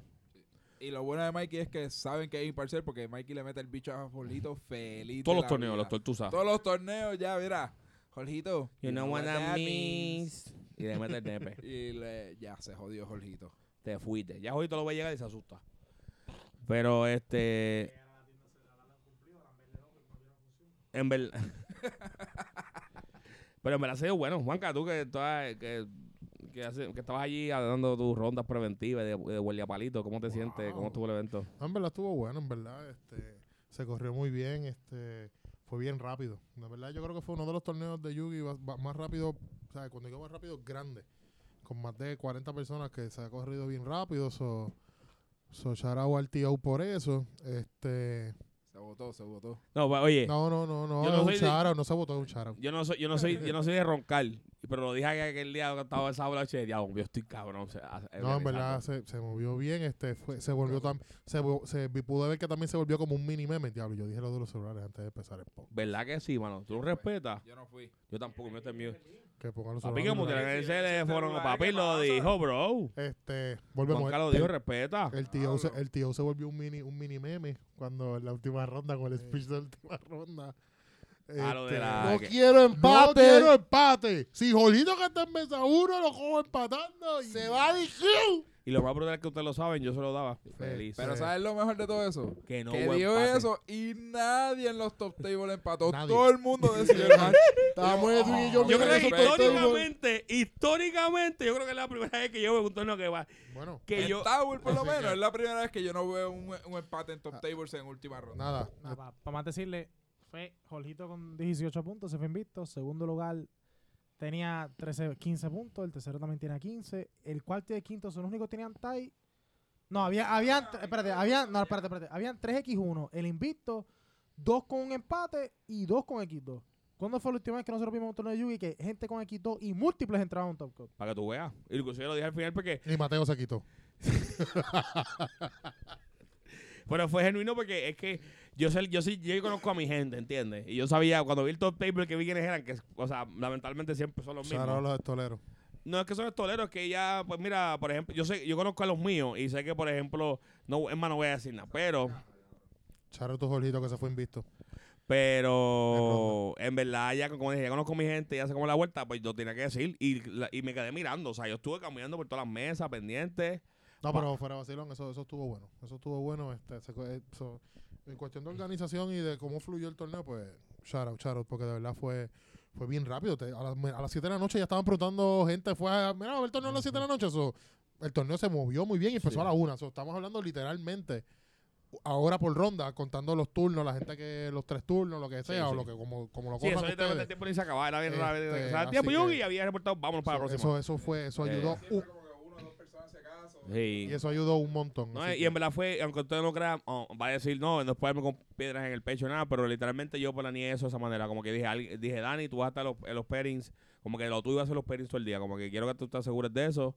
Y lo bueno de Mikey es que saben que es imparcial porque Mikey le mete el bicho a Jorgito feliz. Todos de los la torneos, vida. los tortuzas. Todos los torneos, ya, mira. Jorgito. You know what that I means. miss. Y le mete el nepe. Y le- ya se jodió Jorgito. Te fuiste. Ya jodito lo voy a llegar y se asusta. Pero este. En verdad. Pero en verdad se dio bueno. Juanca, tú que, toda- que, que, hace- que estabas allí dando tus rondas preventivas de, de huele a palito, ¿cómo te sientes? ¿Cómo estuvo el evento? No, en verdad estuvo bueno, en verdad. Este, se corrió muy bien, este, fue bien rápido. La verdad, yo creo que fue uno de los torneos de Yugi va- va- más rápido, o sea, cuando digo más rápido, grande. Con más de 40 personas que se ha corrido bien rápido. So, so shout out al TO por eso. Este, Se votó, se votó. No, pues, oye, no, no, no, no, Yo no es soy un de- shout out, no se votó, es un shout out. yo no soy, yo no soy, yo no soy de roncar, pero lo dije aquel día que estaba el sábado la noche, diablo, yo estoy cabrón. se- a- No, en organizando. verdad se, se movió bien, este, fue, se volvió tam- se, vo- se vi- pude ver que también se volvió como un mini meme, diablo, yo dije lo de los celulares antes de empezar el podcast, ¿Verdad que sí, mano? ¿Tú lo respetas? Yo no fui. Yo tampoco, el mío está en mío. que pongan los Papi, que celulares. mutean el teléfono, celular, papi ¿qué lo pasa? dijo, bro. Este, volvemos. Juanca lo este, dijo, respeta. El tío, se, Diablo. el tío se volvió un mini, un mini meme cuando en la última ronda, con el speech de la última ronda. Ah, lo de Este, la- no que- quiero empate. No quiero quiero empate. Si Jolito que está en mesa uno lo cojo empatando. Se va de Y lo más brutal es que ustedes lo saben, yo se lo daba. Feliz. Pero Sí. ¿sabes lo mejor de todo eso? que no que hubo dio empate. eso y nadie en los top table empató. Nadie. Todo el mundo decidió el match. Estábamos Edwin y yo. Ah. Yo mirando creo que esos top tables. históricamente, históricamente, yo creo que es la primera vez que yo veo un torneo que va. Bueno, eh, Que en yo. Tower, por lo Así que- menos, es la primera vez que yo no veo un, un empate en top Ah. tables en última ronda. nada. Para más decirle, fue Jorgito con 18 puntos, se fue invicto. Segundo lugar tenía 13, 15 puntos, el tercero también tenía 15. El cuarto y el quinto son los únicos que tenían tie. No, había, habían, Ah, tre- espérate, habían, no, espérate, espérate. Habían 3X1, el invicto, dos con un empate y dos con X2. ¿Cuándo fue la última vez que nosotros vimos un torneo de Yugi que gente con X2 y múltiples entraban a un Top Cut? Para que tú veas. Y inclusive lo dije al final porque. Y Mateo se quitó. Pero fue genuino porque es que yo sé, yo sí, yo conozco a mi gente, ¿entiendes? Y yo sabía, cuando vi el top table que vi quiénes eran, que, o sea, lamentablemente siempre son los mismos. Sararon los estoleros. No es que son estoleros, que ya, pues mira, por ejemplo, yo sé, yo conozco a los míos y sé que, por ejemplo, no, es más, no voy a decir nada, pero, Charo tu Jorgito que se fue invisto. pero, en verdad, ya, como dije, ya conozco a mi gente, ya sé cómo es la vuelta, pues yo tenía que decir y, la- y me quedé mirando, o sea, yo estuve caminando por todas las mesas, pendientes. No, pero fuera vacilón, eso, eso estuvo bueno. Eso estuvo bueno. Este, se co- eso- en cuestión de organización y de cómo fluyó el torneo, pues, shout out, shout out, porque de verdad fue, fue bien rápido. Te- a, las, me- a las 7 de la noche ya estaban preguntando gente, fue a, mira, va a haber torneo a las 7 de la noche. Eso, el torneo se movió muy bien y empezó Sí. a la 1. estamos hablando literalmente ahora por ronda, contando los turnos, la gente que, los tres turnos, lo que sea, sí. o lo que, como, como lo Sí, eso cojan literalmente el ustedes. tiempo ni se acababa, era bien raro. Este, o sea, el así tiempo yo que- y había reportado, vámonos para la Eso, próxima. eso, eso fue, eso Eh, ayudó. Siempre un- como que uno o dos personas, si acaso. Sí. y eso ayudó un montón. No, así y en que- verdad fue, aunque usted no lo crea, oh, va a decir, no, no es ponerme con piedras en el pecho, nada, pero literalmente yo planeé eso de esa manera. Como que dije, "Alguien- dije Dani, tú vas a estar en los, en los pairings, como que lo tuyo va a ser los pairings todo el día, como que quiero que tú te asegures de eso.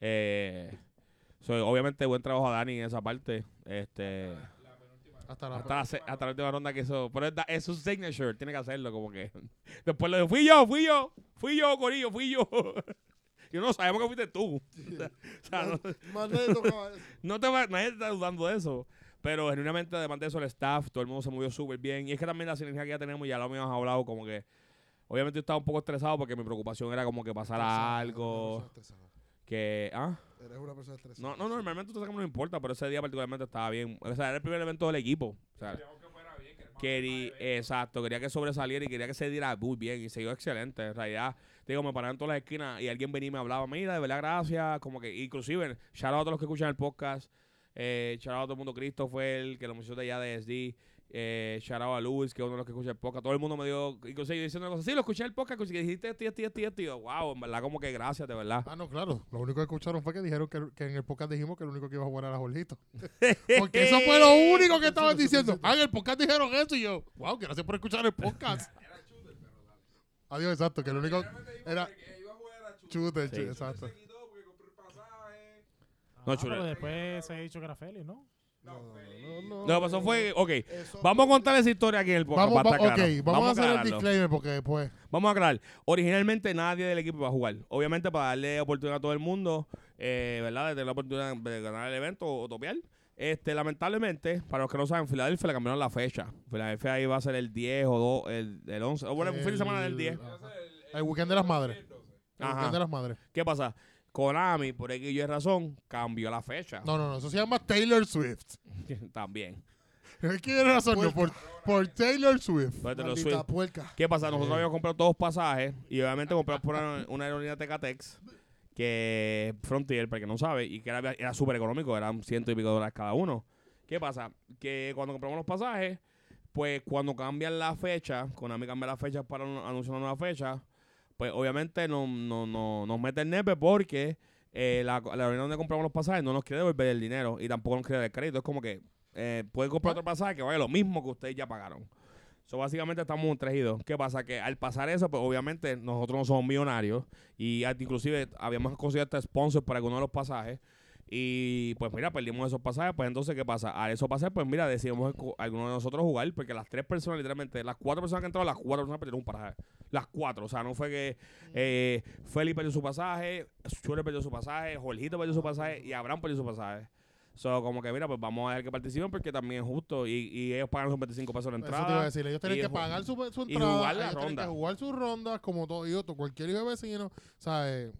Eh, so, obviamente, buen trabajo a Dani en esa parte. Este, hasta la hasta, la, se- hasta la última ronda que hizo, pero es, da- es su signature, tiene que hacerlo, como que. Después le digo, fui yo, fui yo, fui yo, Corillo, fui yo. yo no sabemos que fuiste tú. O sea, o sea, no- no te va, nadie está dudando de eso. Pero genuinamente, además de eso, el staff, todo el mundo se movió súper bien. Y es que también la sinergia que ya tenemos, ya lo habíamos hablado, como que. Obviamente yo estaba un poco estresado porque mi preocupación era como que pasara algo. Que. ¿ah? Eres una persona estresada. No, no, normalmente tú sabes que no me importa, pero ese día particularmente estaba bien. O sea, era el primer evento del equipo. O sea, Queríamos que fuera bien, queremos querí, exacto, quería que sobresaliera y quería que se diera muy bien y se dio excelente. En realidad, te digo, me paraban en todas las esquinas y alguien venía y me hablaba, mira, de verdad, gracias. Como que, inclusive, shout out a todos los que escuchan el podcast, eh, shout out a todo el mundo, Christopher, que lo mencionó de allá de SD, eh, shout out a Luis, que es uno de los que escucha el podcast. Todo el mundo me dio, inclusive yo diciendo cosas, sí, lo escuché en el podcast, que dijiste esto y esto y esto y esto. Y yo, wow, en verdad, como que gracias, de verdad. Ah, no, claro. Lo único que escucharon fue que dijeron que, que en el podcast dijimos que el único que iba a jugar era Jorgito. Porque eso fue lo único que estaban diciendo. Ah, en el podcast dijeron eso y yo, wow, gracias por escuchar el podcast. Adiós, exacto, que el único era iba a jugar a Chucho. chute, Sí. chute, Exacto. exacto. Se quitó porque compró el pasaje. No, Ah, chulo. pero después se ha dicho que era Félix, ¿no? No, feliz. Lo que pasó fue, ok, vamos a contar esa historia aquí en el podcast. Vamos, va- para estar ok, claro. vamos, a hacer el aclararlo. disclaimer porque pues Vamos a aclarar. Originalmente nadie del equipo iba a jugar. Obviamente para darle oportunidad a todo el mundo, eh, ¿verdad? De tener la oportunidad de ganar el evento o topear. Este, lamentablemente, para los que no saben, Filadelfia le cambiaron la fecha. Filadelfia iba a ser el 10 o 2, el, el 11. O bueno, un fin de semana del 10. Ajá. El, Ah, El weekend de las madres. el 12. El Ajá. weekend de las madres. ¿Qué pasa? Konami, por X y razón, cambió la fecha. No, no, no, eso se llama Taylor Swift. También. ¿Quién razón? No, por, por Taylor Swift. Pero te lo Maldita suel- puerca. ¿Qué pasa? Nosotros Sí. habíamos comprado todos los pasajes y obviamente compramos por una, una aerolínea Tecatex que Frontier, para el que no sabe, y que era, era súper económico, eran ciento y pico de dólares cada uno. ¿Qué pasa? Que cuando compramos los pasajes, pues cuando cambian la fecha, Konami cambia la fecha para un- anunciar una nueva fecha, pues obviamente no, no, no, nos mete el nepe porque eh, la, la aerolínea donde compramos los pasajes no nos quiere devolver el dinero y tampoco nos quiere dar el crédito. Es como que eh, pueden comprar otro pasaje que vaya lo mismo que ustedes ya pagaron. So, básicamente estamos un 3 y 2. ¿Qué pasa? Que al pasar eso, pues obviamente nosotros no somos millonarios y hasta inclusive habíamos conseguido hasta sponsors para algunos de los pasajes y pues mira, perdimos esos pasajes, pues entonces ¿qué pasa? A esos pasajes, pues mira, decidimos esco- alguno de nosotros jugar porque las tres personas, literalmente, las cuatro personas que entraron, las cuatro personas perdieron un pasaje. Las cuatro, o sea, no fue que eh, Feli perdió su pasaje, Chure perdió su pasaje, Jorgito perdió su pasaje y Abraham perdió su pasaje. So, como que mira, pues vamos a dejar que participen porque también es justo y, y ellos pagan sus 25 pesos la Eso te iba a entrada. decir. Ellos y tienen que ju- pagar su, su y entrada. jugar la ellos tienen ronda. que jugar sus rondas como todo y otro. Cualquier hijo de vecino, ¿sabes?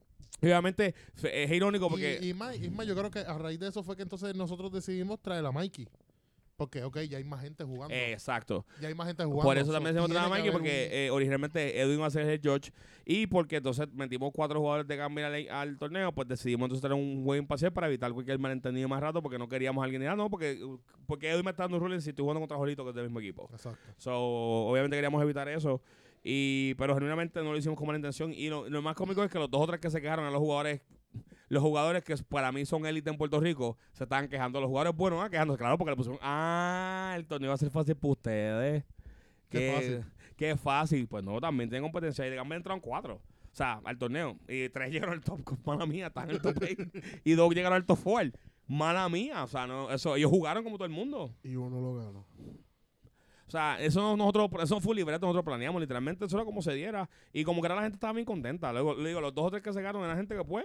Y obviamente fe- es irónico porque... Y, y más, y más, yo creo que a raíz de eso fue que entonces nosotros decidimos traer a Mikey. Porque, ok, ya hay más gente jugando. eh, exacto. ya hay más gente jugando. Por eso so, también decimos tiene nada que Mikey, haber porque eh, originalmente Edwin va a ser el George y porque entonces metimos cuatro jugadores de cambio al, al torneo, pues decidimos entonces tener un juego imparcial para evitar cualquier malentendido más rato porque no queríamos a alguien ah, no, porque, porque Edwin me está dando un ruling si estoy jugando contra Jolito que es del mismo equipo. un- Exacto. So, obviamente queríamos evitar eso. Y, pero genuinamente no lo hicimos con mala intención. Y lo, lo más cómico es que los dos o tres que se quejaron a los jugadores, los jugadores que para mí son élite en Puerto Rico, se estaban quejando. Los jugadores buenos, ah, quejándose, claro, porque le pusieron, ah, el torneo va a ser fácil para ustedes. Qué que, fácil. Qué fácil. Pues no, también tienen competencia. Y de Gambia entraron cuatro. O sea, al torneo. Y tres llegaron al top. Mala mía, están en el top 8. y dos llegaron al top 4. Mala mía. O sea, no, eso, ellos jugaron como todo el mundo. Y uno lo ganó. O sea, eso no- nosotros, eso fue libreto, nosotros planeamos, literalmente, eso era como se diera. Y como que era la gente estaba bien contenta. Luego, le digo, los dos o tres que se quedaron eran gente que pues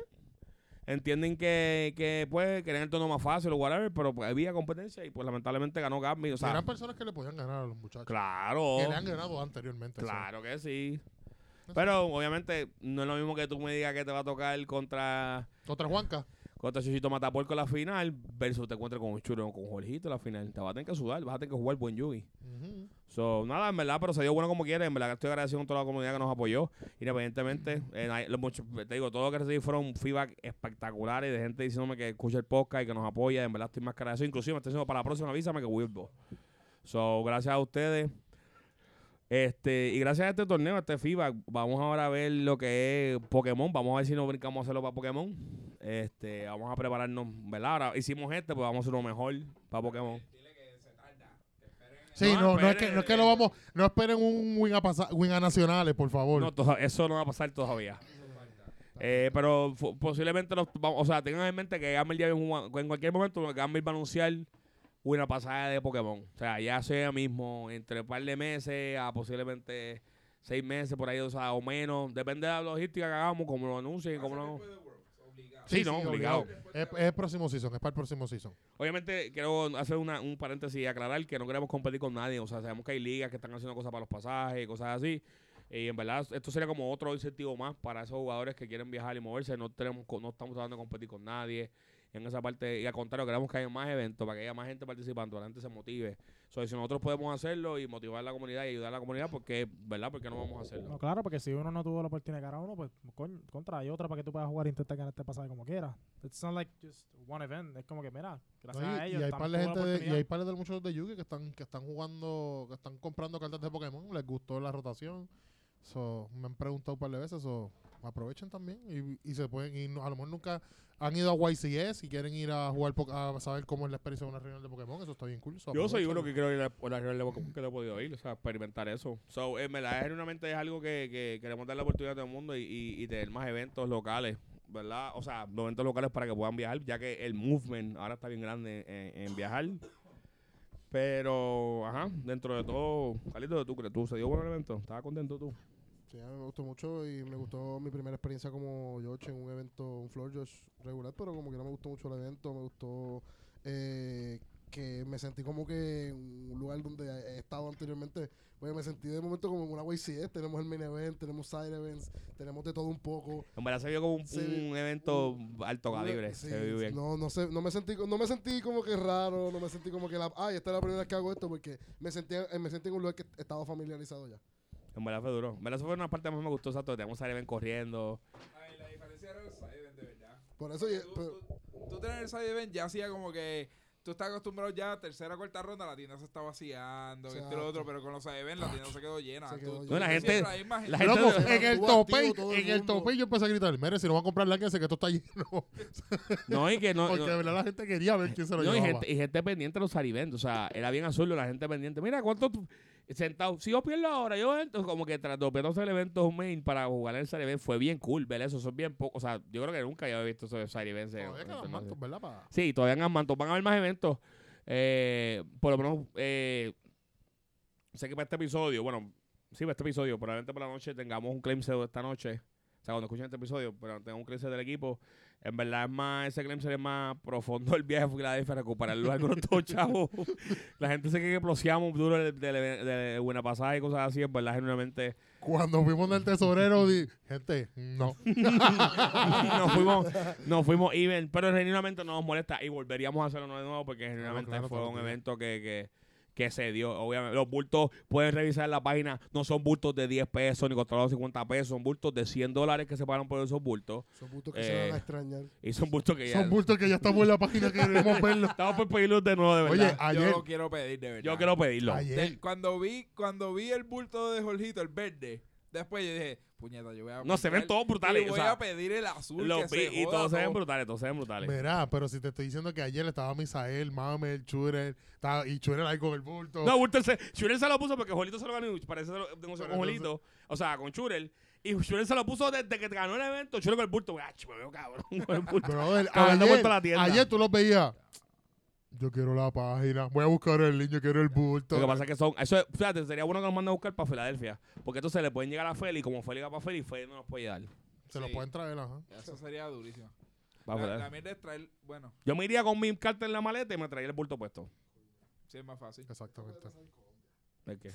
entienden que, que pues querían el tono más fácil o whatever, pero pues, había competencia y pues lamentablemente ganó Gabby. O sea, Eran personas que le podían ganar a los muchachos. claro. Que le han ganado anteriormente. o sea. Claro que sí. No sé. Pero obviamente no es lo mismo que tú me digas que te va a tocar contra Contra Juanca. contra Chuchito Matapuerco en la final versus te encuentres con un churro o con Jorgito en la final. Te vas a tener que sudar, vas a tener que jugar buen yugi. Ujú. So, nada, en verdad, pero se dio bueno como quiera. En verdad que estoy agradecido con toda la comunidad que nos apoyó. Independientemente, eh, na- los mucho- te digo, todo lo que recibí fueron feedback espectaculares de gente diciéndome que escucha el podcast y que nos apoya. En verdad estoy más que agradecido. Inclusive me estoy diciendo para la próxima, avísame que vuelvo. So, gracias a ustedes. Este, y gracias a este torneo, a este feedback, vamos ahora a ver lo que es Pokémon. Vamos a ver si nos brincamos a hacerlo para Pokémon. Este, vamos a prepararnos, ¿verdad? Ahora hicimos este, pues vamos a hacer lo mejor para Pokémon. No, Sí, eh, no, no es esperen, que, no es que lo vamos. No esperen un win a, pasa- win a nacionales, por favor. No, toja- eso no va a pasar todavía. Eh, pero fu- posiblemente, los, vamos- o sea, tengan en mente que Gamble ya en, un- en cualquier momento Gamble va a anunciar una pasada de Pokémon. O sea, ya sea mismo, entre un par de meses a posiblemente seis meses por ahí, o sea, o menos. Depende de la logística que hagamos, como lo anuncien, como lo... Sí, no, obligado. Es, es el próximo season, es para el próximo season. Obviamente, quiero hacer una- un paréntesis y aclarar que no queremos competir con nadie. O sea, sabemos que hay ligas que están haciendo cosas para los pasajes y cosas así. Y en verdad, esto sería como otro incentivo más para esos jugadores que quieren viajar y moverse. No tenemos, co- no estamos tratando de competir con nadie. En esa parte, y al contrario, queremos que haya más eventos, para que haya más gente participando, la gente se motive. So, si nosotros podemos hacerlo y motivar a la comunidad y ayudar a la comunidad, porque, ¿verdad? Porque no vamos a hacerlo. No, claro, porque si uno no tuvo la oportunidad de ganar uno, pues coño, contra, hay otra para que tú puedas jugar e intentar ganar este pasaje como quieras. It's not like just one event. Es como que, mira, gracias No, y- a ellos. y hay también par de tuvo la gente de, y oportunidad. hay par de muchos de Yugi que están que están jugando, que están comprando cartas de Pokémon, les gustó la rotación. So, me han preguntado un par de veces, so, aprovechen también y, y se pueden ir, no- a lo mejor nunca han ido a YCS y quieren ir a jugar po- a saber cómo es la experiencia de una reunión de Pokémon, eso está bien cool. so, Yo soy uno que aprovechenlo. quiero ir a a la Real de Pokémon que no he podido ir, o sea, experimentar eso. So, eh, en verdad, genuinamente es algo que, que queremos dar la oportunidad a todo el mundo y, y- y tener más eventos locales, ¿verdad? O sea, los eventos locales para que puedan viajar, ya que el movement ahora está bien grande en, en viajar. Pero, ajá, dentro de todo, Carlito, ¿tú crees? ¿Tú se dio bueno el evento? ¿Estabas contento tú? Sí, a mí me gustó mucho y me gustó mi primera experiencia como George en un evento, un floor George regular, pero como que no me gustó mucho el evento, me gustó eh, que me sentí como que en un lugar donde he estado anteriormente, pues me sentí de momento como en una YCS, tenemos el main event, tenemos side events, tenemos de todo un poco. En verdad se vio como un, Sí, un evento alto Una- calibre, sí, se vio bien. No, no, sé, no, me sentí, no me sentí como que raro, no me sentí como que la, ay, esta es la primera vez que hago esto porque me sentí, me sentí en un lugar que estaba familiarizado ya. En verdad fue duro. En verdad, eso fue una parte que más me gustó, exacto. Teníamos a Eleven corriendo. Ay, la diferencia era el side event, de verdad. Por eso, y- Tú- pero- tú, tú tener el side event ya hacía como que tú estás acostumbrado ya a tercera cuarta ronda, la tienda se está vaciando, esto y lo Exacto. otro, pero con los side event la tienda se quedó llena. Se Tú- quedó tú- llena. No, la gente- siempre hay más la gente- gente- Loco, Pero en el estuvo activo tope, todo el en el mundo. tope yo empecé a gritar, mire, si no van a comprar lánquense que esto está lleno. No, y que no. Porque no- de verdad la gente quería ver quién se lo No, y llevaba. gente, y gente pendiente de los ariventos. O sea, era bien azul la gente pendiente. Mira, ¿cuánto tú- sentado? Si yo pierdo ahora, yo entro. Como que tras dos el evento main para jugar en el side event fue bien cool, ¿verdad? Eso son bien pocos. O sea, yo creo que nunca había visto esos side events. en- Todavía en quedan torneos. mantos, ¿verdad? Pa- Sí, todavía en Mantos van a haber más eventos. Eh, por lo menos, eh, sé que para este episodio, bueno, sí, para este episodio, probablemente por la noche tengamos un claim sale esta noche. O sea, cuando escuchen este episodio, pero tengo un claim sale del equipo. En verdad, es más, ese claim sale es más profundo el viaje a Filadelfia, recuperar los algunos todos chavos. La gente se cree que ploseamos duro de, de, de buena pasada y cosas así. En verdad, genuinamente, Cuando fuimos del tesorero, di, gente, no. nos fuimos, nos fuimos even, pero genuinamente no nos molesta y volveríamos a hacerlo de nuevo porque genuinamente claro, fue todo un bien. evento que, que, que se dio. Obviamente, los bultos pueden revisar la página, no son bultos de 10 pesos ni costaron 50 pesos, son bultos de 100 dólares que se pagaron por esos bultos Son puntos que se Eh, van a extrañar. y son bultos que ya. Son bultos que ya estamos en la página que queremos verlo. Estamos por pedirlos de nuevo, de verdad. Oye, Yo ayer, lo quiero pedir, de verdad. Yo quiero pedirlo. De- ayer, cuando vi cuando vi el bulto de Jorgito, el verde, Después yo dije, puñeta, yo voy a. No, se ven picar todos brutales, Y o voy sea, a pedir el azul. Los que vi se y joda todos se ven todo. brutales, todos se ven brutales. Verá, pero si te estoy diciendo que ayer estaba Misael, Mamel, Churer, estaba- y Churer ahí con el bulto. No, Wurter se, Schurel se lo puso porque Jolito se lo ganó. y Parece que se lo- negoció con Pero Jolito. O sea, con Schurel. Y Schurel se lo puso desde que ganó el evento. Schurel con el bulto. Gacho, me veo cabrón. Con el bulto. Brother, Cabrón, no ayer, vuelto a la tienda. ayer tú los veías. Yo quiero la página, voy a buscar el niño, quiero el bulto. Lo que pasa es que son. Eso es- fíjate, sería bueno que nos manden a buscar para Filadelfia. Porque entonces le pueden llegar a Feli. Como Feli va para Feli, Feli no nos puede dar. Se lo Sí. pueden traer, ajá. Eso sería durísimo. Para La, Filadelfia. la mierda es traer. Bueno, Yo me iría con mi carta en la maleta y me traía el bulto puesto. sí es más fácil. Exactamente. ¿De qué?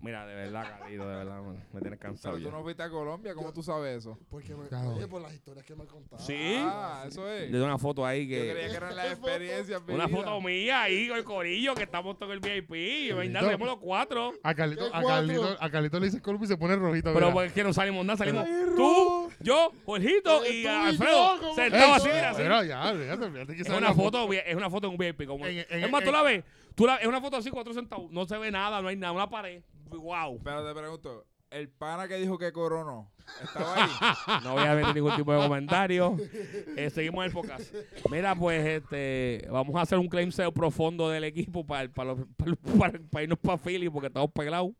Mira, de verdad, Carlito, de verdad, man, me tienes cansado. Eh. Pero tú ya. no fuiste a Colombia, ¿cómo Yo- tú sabes eso? Porque me, Claro. oye, por las historias que me han contado. Sí. Ah, eso es. Le doy una foto ahí Yo creía que. que eran las experiencias. Una vividas. foto mía ahí con el corillo que estamos todos en el VIP. Venga, tenemos los cuatro. A Carlito, ¿Qué a cuatro? Carlito, a Carlito le dice Columbus y se pone rojito. Pero mira. porque es que no salimos nada, salimos tú, yo, Jorgito Eh, y tú y yo, Alfredo ¿cómo sentados así, que mira, eso? así. Mira, ya, olvídate, olvídate que Es sale una la foto, vi- es una foto en un VIP. Como, En- en- es más, tú en- la ves, tú la, es una foto así, 400, no se ve nada, no hay nada, una pared. Wow. Pero te pregunto, el pana que dijo que coronó, ¿estaba ahí? No voy a ver ningún tipo de comentario. Eh, seguimos el podcast. Mira, pues este, vamos a hacer un claim sale profundo del equipo para para irnos para Philly porque estamos pelados.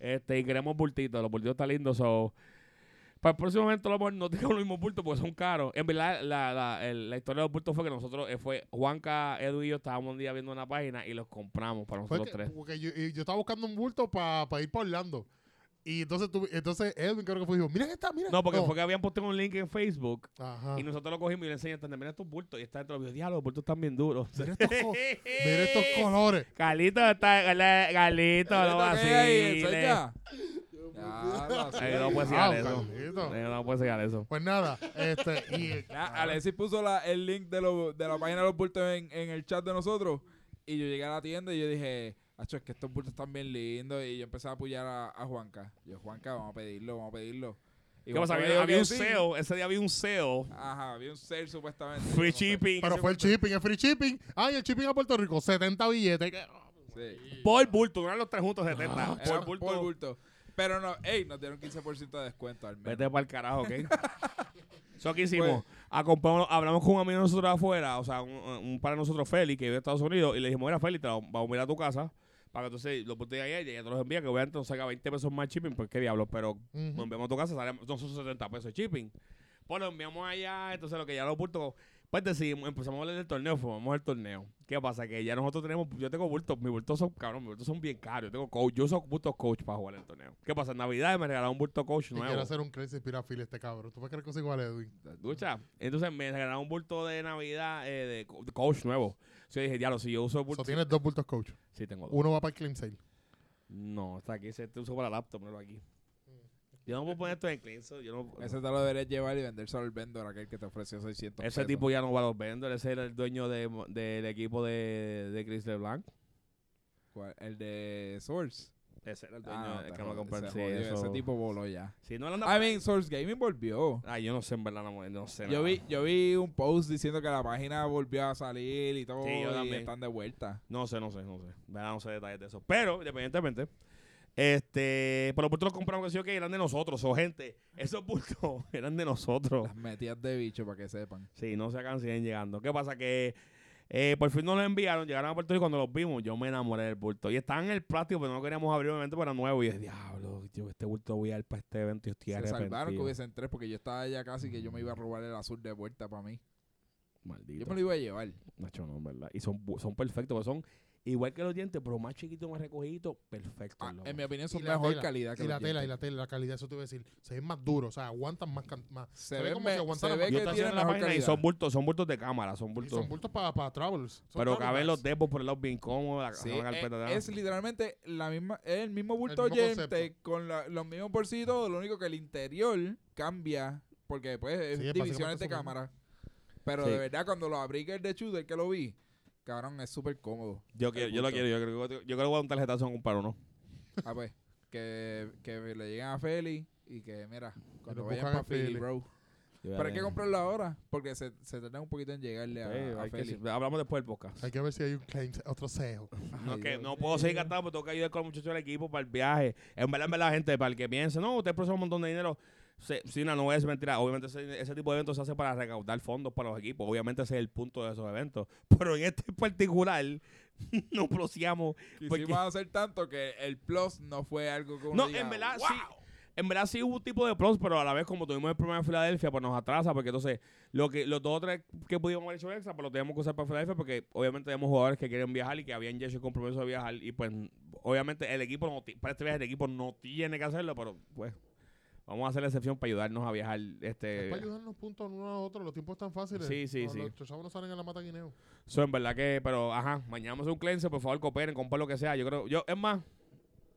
Este, y queremos bultitos. Los bultitos están lindos. so, Para el próximo evento, a lo mejor no tengamos los mismos bultos porque son caros. En verdad, la, la- el- la historia de los bultos fue que nosotros, eh, fue Juanca, Edu y yo estábamos un día viendo una página y los compramos para Fue nosotros que- tres. porque yo, y yo estaba buscando un bulto para ir para Orlando. Y entonces, tú, entonces Edwin creo que fue y dijo, mira esta, mira. No, porque fue que habían posteado un link en Facebook Ajá. Y nosotros lo cogimos y le enseñamos también estos bultos. Y está dentro del video. Diablo, los bultos están bien duros. Mira estos, co- mira estos colores. Carlito está. Carla- Carlito, no ¿Esto qué hay? vaciles. ¿Enseña? Yo, Eh, Ya, no vaciles. puede Ah, llegar eso. Carlito. Eh, No puede llegar eso. Pues nada, este, y Nah, Alexis puso la- el link de, lo- de la página de los bultos en, en el chat de nosotros. Y yo llegué a la tienda y yo dije, Acho, es que estos bultos están bien lindos. Y yo empecé a apoyar a, a Juanca. Yo, Juanca, vamos a pedirlo, vamos a pedirlo. Y ¿Qué pasa? Juanca me Había, dijo había que un sí. SEO. Ese día había un SEO. Ajá, había un sale supuestamente. Free Yo no sé. shipping. pero ese fue el bulto. shipping, el free shipping. Ay, el shipping a Puerto Rico, 70 billetes. que- Sí. Por bulto. No eran los tres juntos Ah, 70. Era Por por bulto. bulto. Pero no, ey, nos dieron 15% de descuento al menos. Vete para el carajo, ¿ok? Eso que hicimos. Acompañamos- hablamos con un amigo de nosotros afuera, o sea, un, un para nosotros, Félix, que vive en Estados Unidos, y le dijimos, mira, Félix, te lo- vamos a ir a tu casa para que entonces los botes de ayer y ella te los envía, que obviamente nos saca 20 pesos más shipping, pues qué diablos, pero Ujú. nos enviamos a tu casa, sale, no son 70 pesos de shipping. Pues lo enviamos allá, entonces lo que ya lo bultos, pues decidimos, empezamos a hablar del torneo, formamos el torneo. ¿Qué pasa? Que ya nosotros tenemos, yo tengo bultos, mis bultos son, cabrón, mis bultos son bien caros, yo tengo coach, yo uso bultos coach para jugar el torneo. ¿Qué pasa? En Navidad me regalaron un bulto coach Y nuevo. quiero hacer un crazy pirafil este cabrón. ¿Tú puedes creer que soy igual a Edwin? Ducha. Entonces me regalaron un bulto de Navidad eh, de, co- de coach nuevo. Entonces yo dije, diablo, si yo uso el bulto. So, tienes dos bultos coach. Sí, tengo dos. Uno va para el claim sale. No, está aquí, se te uso para la laptop, ponelo aquí. Yo no puedo poner esto en cleanso. Yo no, Ese te lo deberías llevar y vendérselo al vendor, aquel que te ofreció 600 ese pesos. tipo ya no va a los vendors. Ese era el dueño de mo- del equipo de, de Chris LeBlanc. ¿Cuál? El de Source. Ese era el dueño Ah, no, el te que me jod- compró. se Sí, jodió, eso- Ese tipo voló ya. Si no le anda. I mean, Source Gaming volvió. Ay, yo no sé, en verdad, no, no sé. Yo nada. vi, yo vi un post diciendo que la página volvió a salir y todo. Sí, yo y también. están de vuelta. No sé, no sé, no sé. ¿Verdad? No sé detalles de eso. Pero, independientemente, este, por lo pronto los compramos que sí, ok, eran de nosotros, o gente. Esos bultos eran de nosotros. Las metidas de bicho para que sepan. Sí, no se acaban, siguen llegando. ¿Qué pasa? Que eh, por fin nos los enviaron, llegaron a Puerto Rico y cuando los vimos, yo me enamoré del bulto. Y estaban en el plástico, pero no queríamos abrir un evento para nuevo. Y yo, diablo, yo este bulto voy a ir para este evento y estoy Se salvaron que arrepentido. hubiesen tres porque yo estaba ya casi que yo me iba a robar el azul de vuelta para mí. Yo Maldito. me lo iba a llevar. Nacho, no, en ¿verdad? Y son, bu- son perfectos, porque son igual que los dientes, pero más chiquitos, más recogiditos, perfectos. Ah, loco. en mi opinión son Y la mejor tela, calidad que Y la los tela, y dientes. la tela, la calidad, eso te iba a decir. Se ven más duros, o sea, aguantan más. can- más Se, ve ve, como si aguantara se más. ve Yo que estoy tiene haciendo la mejor página y calidad. son bultos, son bultos de cámara, son y bultos. son bultos para travelers. Son pero travel caben bags. los depos por el lado bien cómodos, la, Sí, la carpeta de eh, es, literalmente la misma, es el mismo bulto mismo oyente con la- los mismos bolsillos, y todo, lo único que el interior cambia porque pues es Sí, es divisiones básicamente de eso mismo. cámara. Pero Sí. de verdad cuando lo abrí que el de shooter que lo vi, cabrón, es súper cómodo. yo, quiero, yo lo bulto. quiero, yo creo, que- yo creo que voy a dar un tarjetazo en un paro, ¿no? Ah, pues, que, que le lleguen a Feli y que mira, cuando lo vayan buscan a para Philly, Philly. bro. Yo voy a Pero hay que tener- comprarlo ahora porque se, se tarda un poquito en llegarle a, Sí, a hay que- Feli. hablamos después del podcast. Hay que ver si hay un claim, otro cejo. No, es que no puedo seguir gastando, pero tengo que ayudar con los muchachos del equipo para el viaje. En verdad, en verdad, gente, para el que piense, no, usted procesa un montón de dinero. Se, sí, no, no voy a decir mentira. Obviamente, ese, ese tipo de eventos se hace para recaudar fondos para los equipos. Obviamente, ese es el punto de esos eventos. Pero en este en particular, no proseamos. porque- Quisimos hacer tanto que el plus no fue algo que uno No, diga, en verdad, "Wow". sí. En verdad sí hubo un tipo de pros, pero a la vez como tuvimos el problema de Filadelfia, pues nos atrasa, porque entonces lo que, los dos o tres que pudimos haber hecho extra, pues lo teníamos que usar para Filadelfia, porque obviamente tenemos jugadores que quieren viajar y que habían ya hecho el compromiso de viajar, y pues obviamente el equipo, no ti- para este viaje el equipo no tiene que hacerlo, pero pues vamos a hacer la excepción para ayudarnos a viajar. Es este para ayudarnos puntos uno a otro, los tiempos están fáciles. Sí, sí, No, sí. Los chavos no salen a la mata guineo. So, en verdad que, pero ajá, mañana vamos a hacer un cleanse, por favor cooperen, compren lo que sea, yo creo, yo, es más,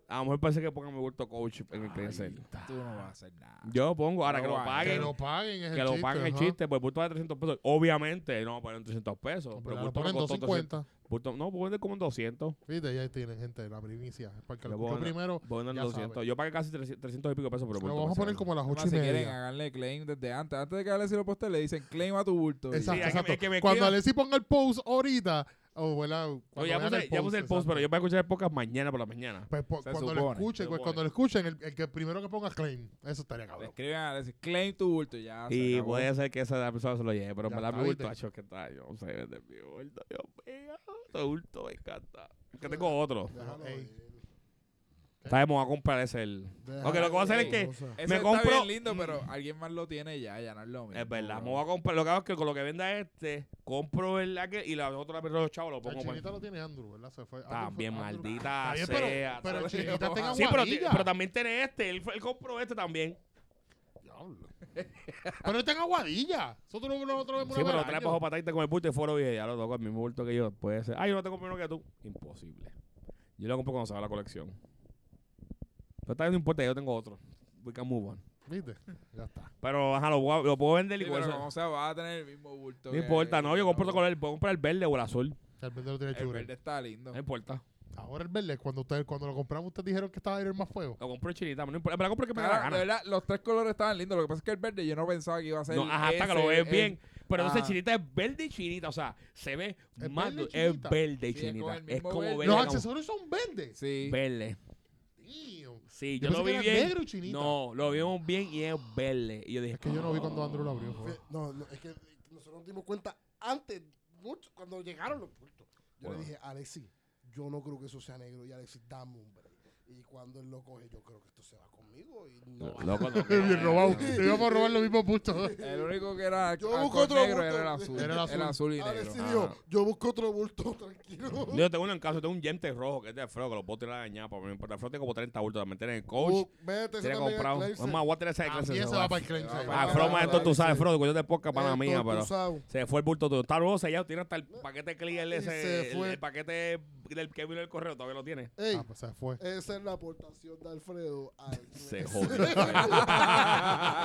a lo mejor parece que pongan mi bulto coach en el cleanse. Tú no vas a hacer nada. Yo pongo, ahora No Ah, que lo paguen. va, que Que lo paguen, es el que lo chiste, paguen el ajá. chiste, pues bulto vale 300 pesos. Obviamente, no ponen 300 pesos. Pero Pero lo bulto me ponen costó 200. 250. Bulto, no, vende como en 200. Viste, ya tienen gente, la primicia. Es para el que Yo lo escuchó voy a- primero. Venden en Ya 200. sabe. Yo pagué casi 300, 300 y pico pesos, pero Lo bulto vamos a me poner sale. como a las Además, ocho y si quieren, ah, media. háganle claim desde antes. Antes de que Alessi lo postee, le dicen claim a tu bulto. y- Sí, Exacto, hay que- exacto. hay que me Cuando escriban. Alessi ponga el post ahorita, o ¿verdad? No, Cuando ya, vean puse, ya puse el post, exacto. pero yo voy a escuchar el podcast mañana por la mañana. Pues, po- Se cuando lo supone, escuchen, se pues, supone. cuando lo escuchen, el, el que primero que ponga claim, eso estaría Le cabrón. escriben a Alessi, claim tu bulto. y Ya, se Y pues, acabó. puede ser que esa persona se lo lleve, pero Ah, Ya me la está, mi ¿viste? bulto, acho, que está. Yo no sé, vende mi bulto, Dios mío. Este bulto me encanta. Que tengo otro. Déjalo Ey. ir, Sabemos, voy a comprar ese. El... déjalo Ok, lo que voy a hacer es ir, que- o sea. Ese me está compro- Mm. bien lindo, pero alguien más lo tiene ya, ya no es lo mismo. Es verdad, me bro. voy a comprar. Lo que hago es que con lo que venda este, compro el aquel y la otra vez los chavos lo El pongo para- chinita lo tiene Andrew, ¿verdad? Se fue. Andrew fue- También, Andrew- maldita Está bien, pero- sea. Pero el Sí, chinita tenga sí, pero, ti- guarilla. pero también tiene este. Él, fue- él compró este también. Diablo. Pero está en aguadilla. Eso tú lo- lo otro vez Sí, una vez pero al trae año. bajo patita con el bulto y foro y ya lo toco el mismo bulto que yo. Puede ser. Ah, yo no tengo primero que tú. Imposible. Yo lo compro cuando salga la colección. Pero tal vez no importa, yo tengo otro. We can move on. ¿Viste? Ya está. Pero ajá, lo, voy a- lo puedo vender Sí, igual. pero eso- como sea, vas a tener el mismo bulto. no que- importa, no, yo compro que- otro color, puedo comprar el verde o el azul. El verde lo tiene El chulo. verde está lindo. No importa. Ahora el verde, cuando ustedes, cuando lo compramos, ustedes dijeron que estaba Iron más fuego. Lo compro en chinita, no importa. Me la compro que me dé la Claro, de gana. verdad, los tres colores estaban lindos. Lo que pasa es que el verde yo no pensaba que iba a ser. No, ajá, hasta que lo ese, ves el- bien. Pero entonces ah. chinita es verde y chinita, o sea, se ve ¿Es más. verde y du- Es chinita? verde y Sí, es con chinita. el Es mismo como verde. verde. Los como- accesorios son verdes. Sí. Verde. Tío. Sí, Yo yo, lo pensé que vi era bien. negro y chinita. No, lo vimos bien y es verde. Y yo dije, Es que yo no vi cuando Andrew lo abrió. Fe- joder. No, no, es que nosotros nos dimos cuenta antes, mucho, cuando llegaron los bultos. Yo Bueno. le dije, Alexi, yo no creo que eso sea negro. Y Alexi, dame un break. Y cuando él lo coge, yo creo que esto se va conmigo. Y no va a Loco, no. Es bien robado. Te íbamos a robar los mismos puntos. El único que era Yo a- busco con otro negro bulto. era el azul. Era el azul. y negro. Alexi dijo, yo busco otro bulto, tranquilo. Yo tengo uno en casa, tengo un yente rojo que es de Fro, que lo puedo tirar a dañar. Pero el Fro tiene como 30 bultos también. Tiene el coach, Uh, vete, ese tiene también es comprado. Es Clemson. más, voy a tirar esa de Así clase. se va para el claim. Se va save. para Ah, el Fro, maestro, tú sabes, Clemson. Fro, yo te poca para Eh, mía, tú- tú pero. sabes. Se fue el bulto todo. Está rosa ya, tiene hasta el Eh, paquete clear Y se ese. El, fue. el paquete del que vino el correo, todavía lo tiene. Ey, Ah, pues se fue. esa es la aportación de Alfredo. al Se Clemson. jodió.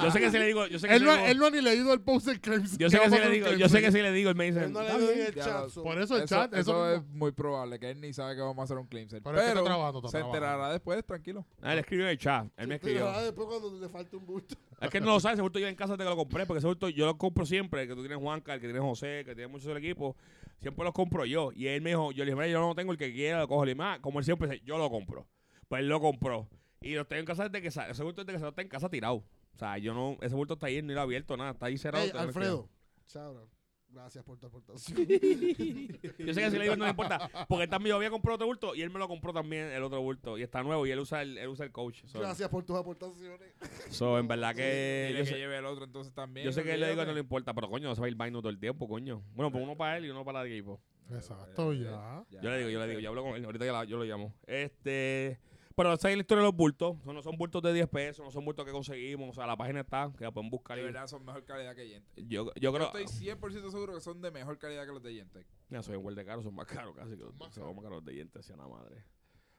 yo sé que si le digo, yo sé que Él si no, le ha- digo, él no ha ni leído el post del claim. yo sé que ¿Qué va si a le pasar digo, en yo sé claim que si le digo, él me dice, Él no le "Está dio bien". ni el Ya lo- chanzo. Por eso el Eso- chat, eso, eso mismo. es muy probable que él ni sabe que vamos a hacer un claim set. Pero, Pero, es que está trabajando, está se trabajando. enterará después, tranquilo. Ah, él escribió en el chat, él me Te escribió. dará Ah, después cuando le falte un bulto. Es que no lo sabes, ese bulto yo en casa te lo compré, porque ese bulto yo lo compro siempre, el que tú tienes Juanca, el que tienes José, el que tiene muchos del equipo, siempre los compro yo. Y él me dijo, yo le dije, "Mira, yo no tengo el que quiera, lo cojo el más, como él siempre dice, yo lo compro. Pues él lo compró. Y lo tengo en casa desde que salió, ese bulto desde que salió está en casa tirado. O sea, yo no, ese bulto está ahí, no lo he abierto, nada, está ahí cerrado. Ey, está ahí Alfredo. Chao, bro. Gracias por tu aportación. Yo sé que si le digo no le importa, porque él también yo había comprado otro bulto y él me lo compró también el otro bulto y está nuevo y él usa el, él usa el coach. So, Gracias por tus aportaciones. so, en verdad que Dile yo que sé, lleve el otro entonces también. yo sé que él le digo no le olvídate. importa, pero coño, no se va a ir vaino todo el tiempo, coño. Bueno, pues uno para él y uno para el equipo. Exacto, ya. Ya, pues. Yo le digo, yo le digo, yo hablo con él, ahorita ya la- yo lo llamo. Este, pero esa es la historia de los bultos, So, no son bultos de 10 pesos, no son bultos que conseguimos, o sea, la página está, que la pueden buscar. De y- verdad son mejor calidad que Yente. Yo, yo Yo creo, estoy 100% seguro que son de mejor calidad que los de Yente. Ya soy igual de caros, son más caros casi que los, Más son más caros los de dientes, sea la madre.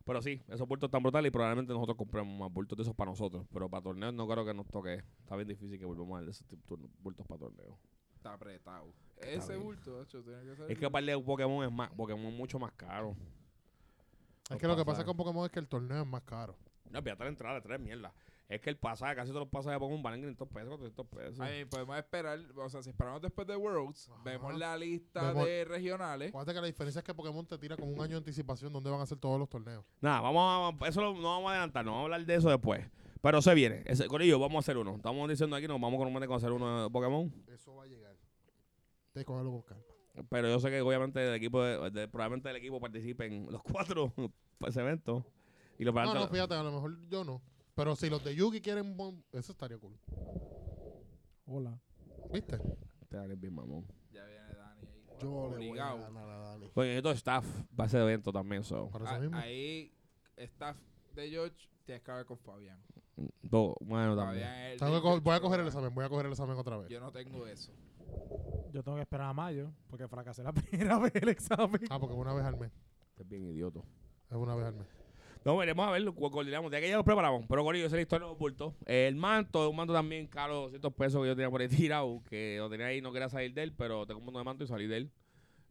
Pero sí, esos bultos están brutales y probablemente nosotros compremos más bultos de esos para nosotros. Pero para torneos no creo que nos toque. Está bien difícil que volvamos a darle esos tip- turn- bultos para torneos. Está apretado. Ese bien. bulto, hecho, tiene que ser. Es que para de Pokémon es más, Pokémon es mucho más caro. Es que lo que pasa pasa. con Pokémon es que el torneo es más caro. No, voy a estar entrada de tres mierda. Es que el pasaje, casi todos los pasajes pongo un valen 500 pesos, 400 pesos. I mean, podemos esperar, o sea, si esperamos después de Worlds, Ajá. vemos la lista Vemos- de regionales. Acuérdate que la diferencia es que Pokémon te tira con un año de anticipación donde van a ser todos los torneos. Nada, vamos a, eso lo- no vamos a adelantar, no vamos a hablar de eso después. Pero se viene. Ese, Corillo, vamos a hacer uno. Estamos diciendo aquí, nos vamos con un momento con hacer uno de Pokémon. Eso va a llegar. Te cógelo con calma. Pero yo sé que obviamente el equipo, de- de- probablemente el equipo participen los cuatro para ese evento. Y lo No, no, probablemente- fíjate, a lo mejor yo no. Pero si los de Yugi quieren, bon- eso estaría cool. Hola. ¿Viste? Te daré bien, mamón. Ya viene Dani ahí. Yo le voy a obligado. ganar a Dani. Coño, necesito staff para ese evento también, so. Para Ah, eso mismo. ahí, staff de George, tienes que hablar con Fabián. mm, Todo, bueno, también. Fabián es el Tengo que del co- voy a George coger el Program. examen, voy a coger el examen otra vez. Yo no tengo eso. Yo tengo que esperar a mayo porque fracasé la primera vez el examen. Ah, porque es una vez al mes. Es bien idioto. Es una vez al mes. No, veremos a ver, lo co- coordinamos. Ya que ya lo preparamos. Pero Corillo, esa es la historia de los bultos. El manto, un manto también caro, 200 pesos que yo tenía por ahí tirado, que lo tenía ahí, no quería salir de él, pero tengo un montón de manto y salí de él.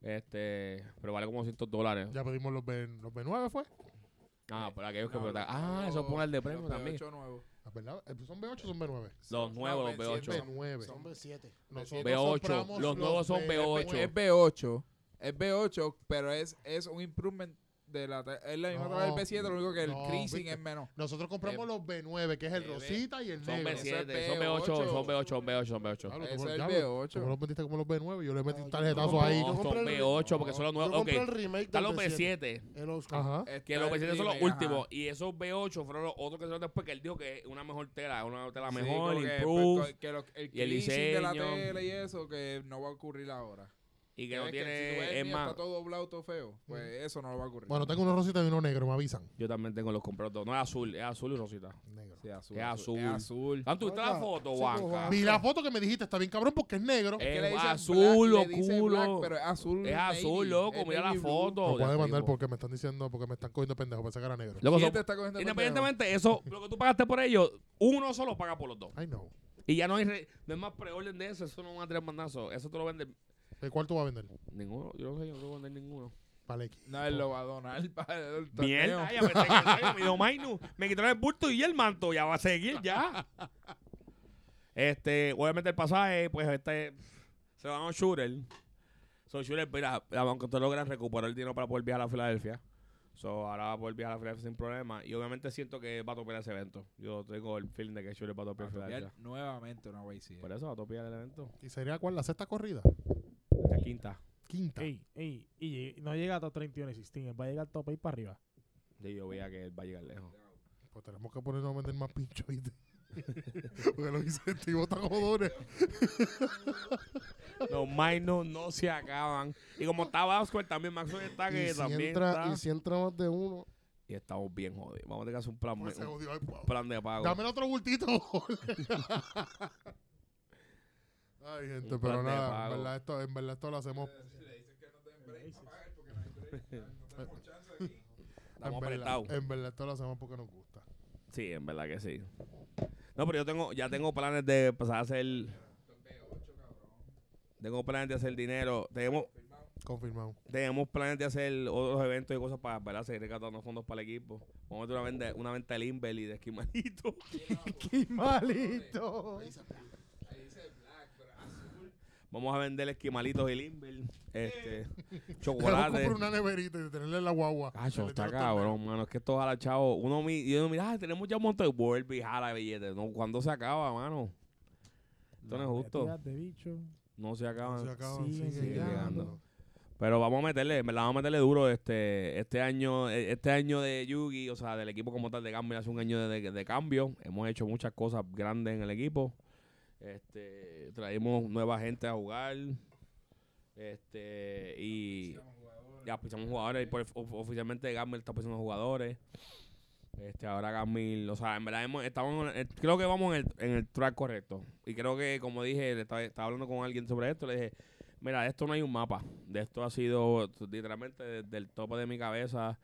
Este, pero vale como 200 dólares. Ya pedimos los, B, los B9, ¿fue? Ah, pero aquellos que No, preguntan, los- ah, eso los- pone el de los premio de también. ocho nuevos. Ah, ¿Verdad? Eh, ¿Son B8 o son B9? Los nuevos, no, los sí, es B8. B9. Hombre, 7. Nosotros B8, compramos los nuevos son B8. Es B8. Es B8, pero es, es un improvement de la. ta- Es la misma No, tabla del B7, lo único que el no, creasing viste. es menos. Nosotros compramos los B9, que es el B- rosita y el Son negro. B7, B7, eso es son B8, B8. son B8, son B8, son B8. Diablo, tú Eso me- es el diablo, Tú me B8. los vendiste como los B9 yo le metí un Ay, tarjetazo yo ahí. compré- son B8 porque son los nuevos. Yo compré Ok. el remake Están los del B7. B7, El Oscar. Ajá. Eh, Este que los B7 son los últimos. Y esos B8 fueron los otros que salieron después, que él dijo que es una mejor tela, una tela mejor, improved. Que, lo- el y el creasing de la diseño. tela y eso, que no va a ocurrir ahora. Y que no ves tiene. si tú ves el es mío, más. Está todo doblado, todo feo. Pues eso no lo va a ocurrir. Bueno, tengo uno rosita y uno negro, me avisan. Yo también tengo los comprados todos. No es azul, es azul y rosita. Negro. Sí, azul. Es Es azul. ¿Han tú la Oiga, foto, sí, pues, Juanca? Juan. Vi la foto que me dijiste, está bien cabrón porque es negro. Eh, Es que Es le dicen azul, black, le dicen culo. black, pero es azul. Es azul, navy, loco. es Mira la navy blue. foto. Lo Ya puedes mandar digo. porque me están diciendo, porque me están cogiendo pendejo, pensé que era negro. Loco, ¿Quién son- te este está cogiendo pendejo? Independientemente, eso, lo que tú pagaste por ellos, uno solo paga por los dos. I know. Y ya no hay, re- no hay más preorden de eso, eso no va a tener mandazo. Eso tú lo vendes. ¿De cuál tú vas a vender? Ninguno, yo no sé, yo no voy a vender ninguno. Para el equipo. No, él lo va a donar para el torneo. Mierda, ya me está me dio Mainu, me quitaron el bulto y el manto, ya va a seguir, ya. Este, obviamente el pasaje, pues este, se van a un shooter. So, shooter, mira, aunque usted logra recuperar el dinero para poder viajar a Filadelfia. So, ahora va a poder viajar a Filadelfia sin problema. Y obviamente siento que va a topear ese evento. Yo tengo el feeling de que shooter va a Va topear a Filadelfia. topear Nuevamente una YC. Por eso va a topear el evento. ¿Y sería cuál? ¿La sexta corrida? La quinta. Quinta. Ey, ey, y llegué- no llega a top 31 y 16, va a llegar top 8 para arriba. Y yo veía que él va a llegar lejos. Pues tenemos que ponernos a vender más pinchos, ¿viste? Porque los incentivos están jodones. Los Magnus no se acaban. Y como está Vasco, también Maxwell está que Y si, también entra, está. y si entra más de uno, Y estamos bien jodidos. Vamos a tener que hacer un plan, Pues se un jodió. ay, pa- plan de pago. Dame el otro bultito. Ay, gente, Un plan pero de nada, en pago. verdad, esto, en verdad esto lo hacemos. Estamos en, verdad, apretados. en verdad esto lo hacemos porque nos gusta. Sí, en verdad que sí. No, pero yo tengo, ya tengo planes de empezar a hacer. Tengo planes de hacer dinero. Tenemos, Confirmado. tenemos planes de hacer otros eventos y cosas para ¿verdad? seguir recaudando fondos para el equipo. Vamos a hacer una venta, una venta del Inbel y de esquimalito. ¡Qué malito! Vamos a vender esquimalitos y el Inbel. Este, Tenemos que chocolate. comprar una neverita y tenerle en la guagua. Cacho, Le está tiro todo el cabrón, mano. Es que esto jala, chavo. Uno mi- y uno mira, ah, tenemos ya un montón de vuelve y jala billetes. No, ¿Cuándo se acaba, mano? Esto no es justo. Metidas de bicho. No se tema. acaba. Se acaban, Siguen siguen llegando. llegando. Pero vamos a meterle, en verdad vamos a meterle duro este este año eh, este año de Yugi, o sea, del equipo como tal de cambio, hace un año de, de- de cambio. Hemos hecho muchas cosas grandes en el equipo. Este, traímos nueva gente a jugar. Este, y ya pisamos jugadores, y por- of- oficialmente Gamil está pisando jugadores. Este, ahora Gamil, o sea, en verdad hemos- estamos en el- creo que vamos en el, en el track correcto. Y creo que como dije, le estaba- estaba hablando con alguien sobre esto, le dije, Mira, de esto no hay un mapa. De esto ha sido t- literalmente desde el tope de mi cabeza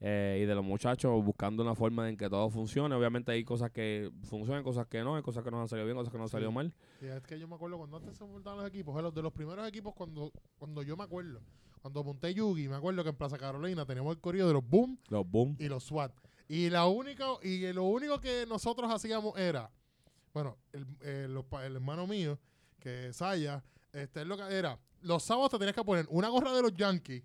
eh, y de los muchachos buscando una forma en que todo funcione. Obviamente hay cosas que funcionan, cosas que no, hay cosas que nos han salido bien, cosas que nos han salido Sí. mal. Y es que yo me acuerdo cuando antes se montaban los equipos, de los, de los primeros equipos cuando, cuando yo me acuerdo, cuando monté Yugi, me acuerdo que en Plaza Carolina teníamos el corrido de los Boom Los boom. y los SWAT. Y, la única, y lo único que nosotros hacíamos era, bueno, el, eh, los pa- el hermano mío, que es Saya, este, él lo que era, los sábados te tenías que poner una gorra de los Yankees,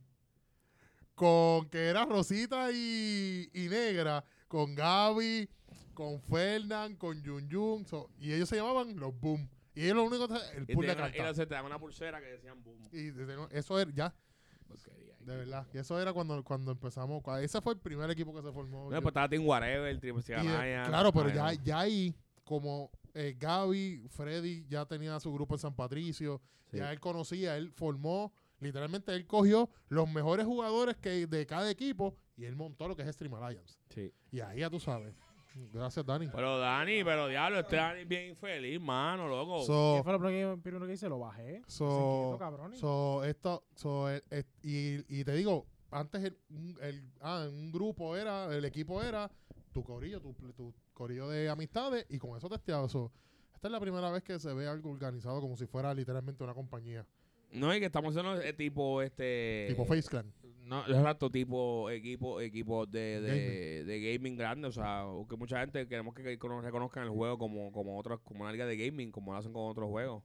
con que era rosita y, y negra, con Gaby, con Fernand, con Jun Jun, so- y ellos se llamaban los Boom. Y ellos lo único que el Y pool te de daban- cartas. ellos se te daban una pulsera que decían boom. Y desde- eso era, ya, Porquería. de verdad. Y eso era cuando, cuando empezamos. cua- Ese fue el primer equipo que se formó. No, Yo- pues estaba Team Whatever, el Triple y de- Cianaya. claro, pero Ay, ya, no. ya ahí, como eh, Gaby, Freddy ya tenía su grupo en San Patricio, Sí. ya él conocía, él formó, literalmente él cogió los mejores jugadores que de cada equipo y él montó lo que es Stream Alliance. Sí. Y ahí ya tú sabes. Gracias, Dani. Pero Dani, pero diablo, este Dani es bien infeliz, mano, loco. So, ¿Qué fue lo primero que- primero que hice? Lo bajé. Oh. so, Quieto, cabrón. so, esto, so, eh, eh, y, y te digo, antes el, un- el- ah, un grupo era, el equipo era tu corillo, tu, pl- tu corillo de amistades y con eso testeado. So, esta es la primera vez que se ve algo organizado como si fuera literalmente una compañía, No, y que estamos haciendo eh, tipo este. tipo Face Clan. No, exacto, tipo equipo, equipo de, de, de gaming grande, o sea, que mucha gente queremos que cono- reconozcan el juego como, como otras, como una liga de gaming, como lo hacen con otros juegos.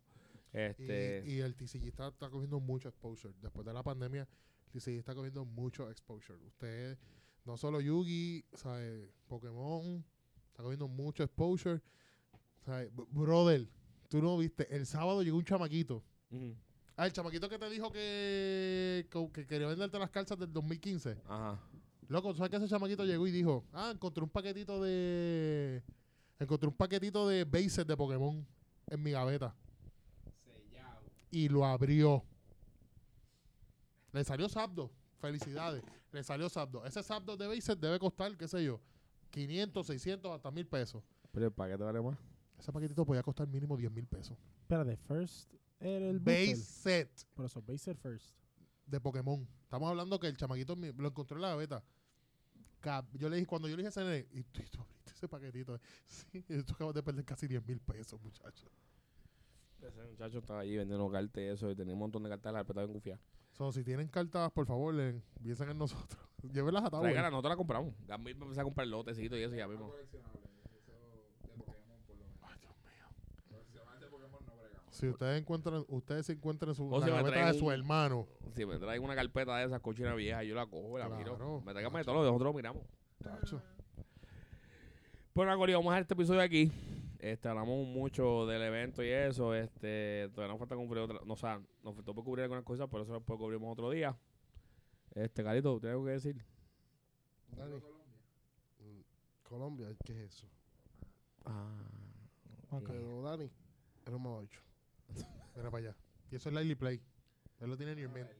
Y, Este, y el TCG está, está cogiendo mucho exposure. Después de la pandemia, el TCG está cogiendo mucho exposure. Usted, no solo Yugi, ¿sabe? Pokémon, está cogiendo mucho exposure. ¿sabe? B- Brother, tú no viste, el sábado llegó un chamaquito. ujú, Ah, el chamaquito que te dijo que, que, que quería venderte las calzas del 2015. ajá. Loco, ¿tú sabes que ese chamaquito llegó y dijo, ah, encontré un paquetito de... Encontré un paquetito de bases de Pokémon en mi gaveta Sellado. y lo abrió. Le salió Sabdo. Felicidades. Le salió Sabdo. Ese Sabdo de Baser debe costar, qué sé yo, 500, 600, hasta 1000 pesos. Pero ¿para qué te vale más? Ese paquetito podía costar mínimo 10 mil pesos. Espérate, first. El, el Base booster. set Por eso, Baser first. de Pokémon. Estamos hablando que el chamaquito mi- lo encontró en la beta. Cap- Yo le dije, cuando yo le dije a ese nene, y tú, y tú abriste ese paquetito. eh". Sí, y tú acabas de perder casi 10 mil pesos, muchacho. Ese muchacho estaba allí vendiendo cartas y eso, y tenía un montón de cartas de la carpeta bien gufiada. So, si tienen cartas, por favor, le- piensen en nosotros. Llévenlas a Traigan, Tower. nosotros la compramos. Gamil me empecé a comprar lotecitos y eso ya mismo. coleccionable. Eso de Pokémon, por lo menos. Ay, Dios mío. Coleccionar de Pokémon no bregamos. Si ustedes encuentran, ustedes se encuentran su, O la si me gaveta traen de su un- hermano. Si me traen una carpeta de esas cochinas viejas, yo la cojo, la Claro, miro. Me traigan de macho. todo, nosotros lo miramos. Tacho. Bueno, Corio, vamos a dejar este episodio aquí. Este, hablamos mucho del evento y eso. Este, todavía nos falta cubrir otra, no, o sea, nos faltó por cubrir algunas cosas, pero eso lo cubrimos otro día. Este, Carito, ¿tienes algo que decir? Dani, mm, Colombia, ¿qué es eso? Ah, Ok. Pero Dani, era un mal ocho. Mira para allá. Y eso es Lightly Play. Él lo tiene en mente.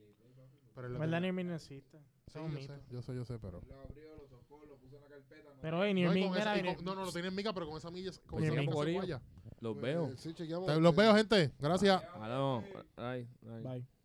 Pero él lo ¿Verdad? tiene- Near Mint no existe. Sí, Es un yo mito. sé, yo sé, yo sé, pero. Lo abrió, lo tocó, lo puso en la carpeta. no- Pero, hey, Near No, y Mint, con esa- mira, y con- Near- no, no, lo tiene en mica, pero con esa milla. Con Ni esa en mica mica. se guaya. los Pues, veo. eh, eh, Sí, chequeamos. Te- Los eh, veo, gente. Gracias. Aló, ay, ay. Bye.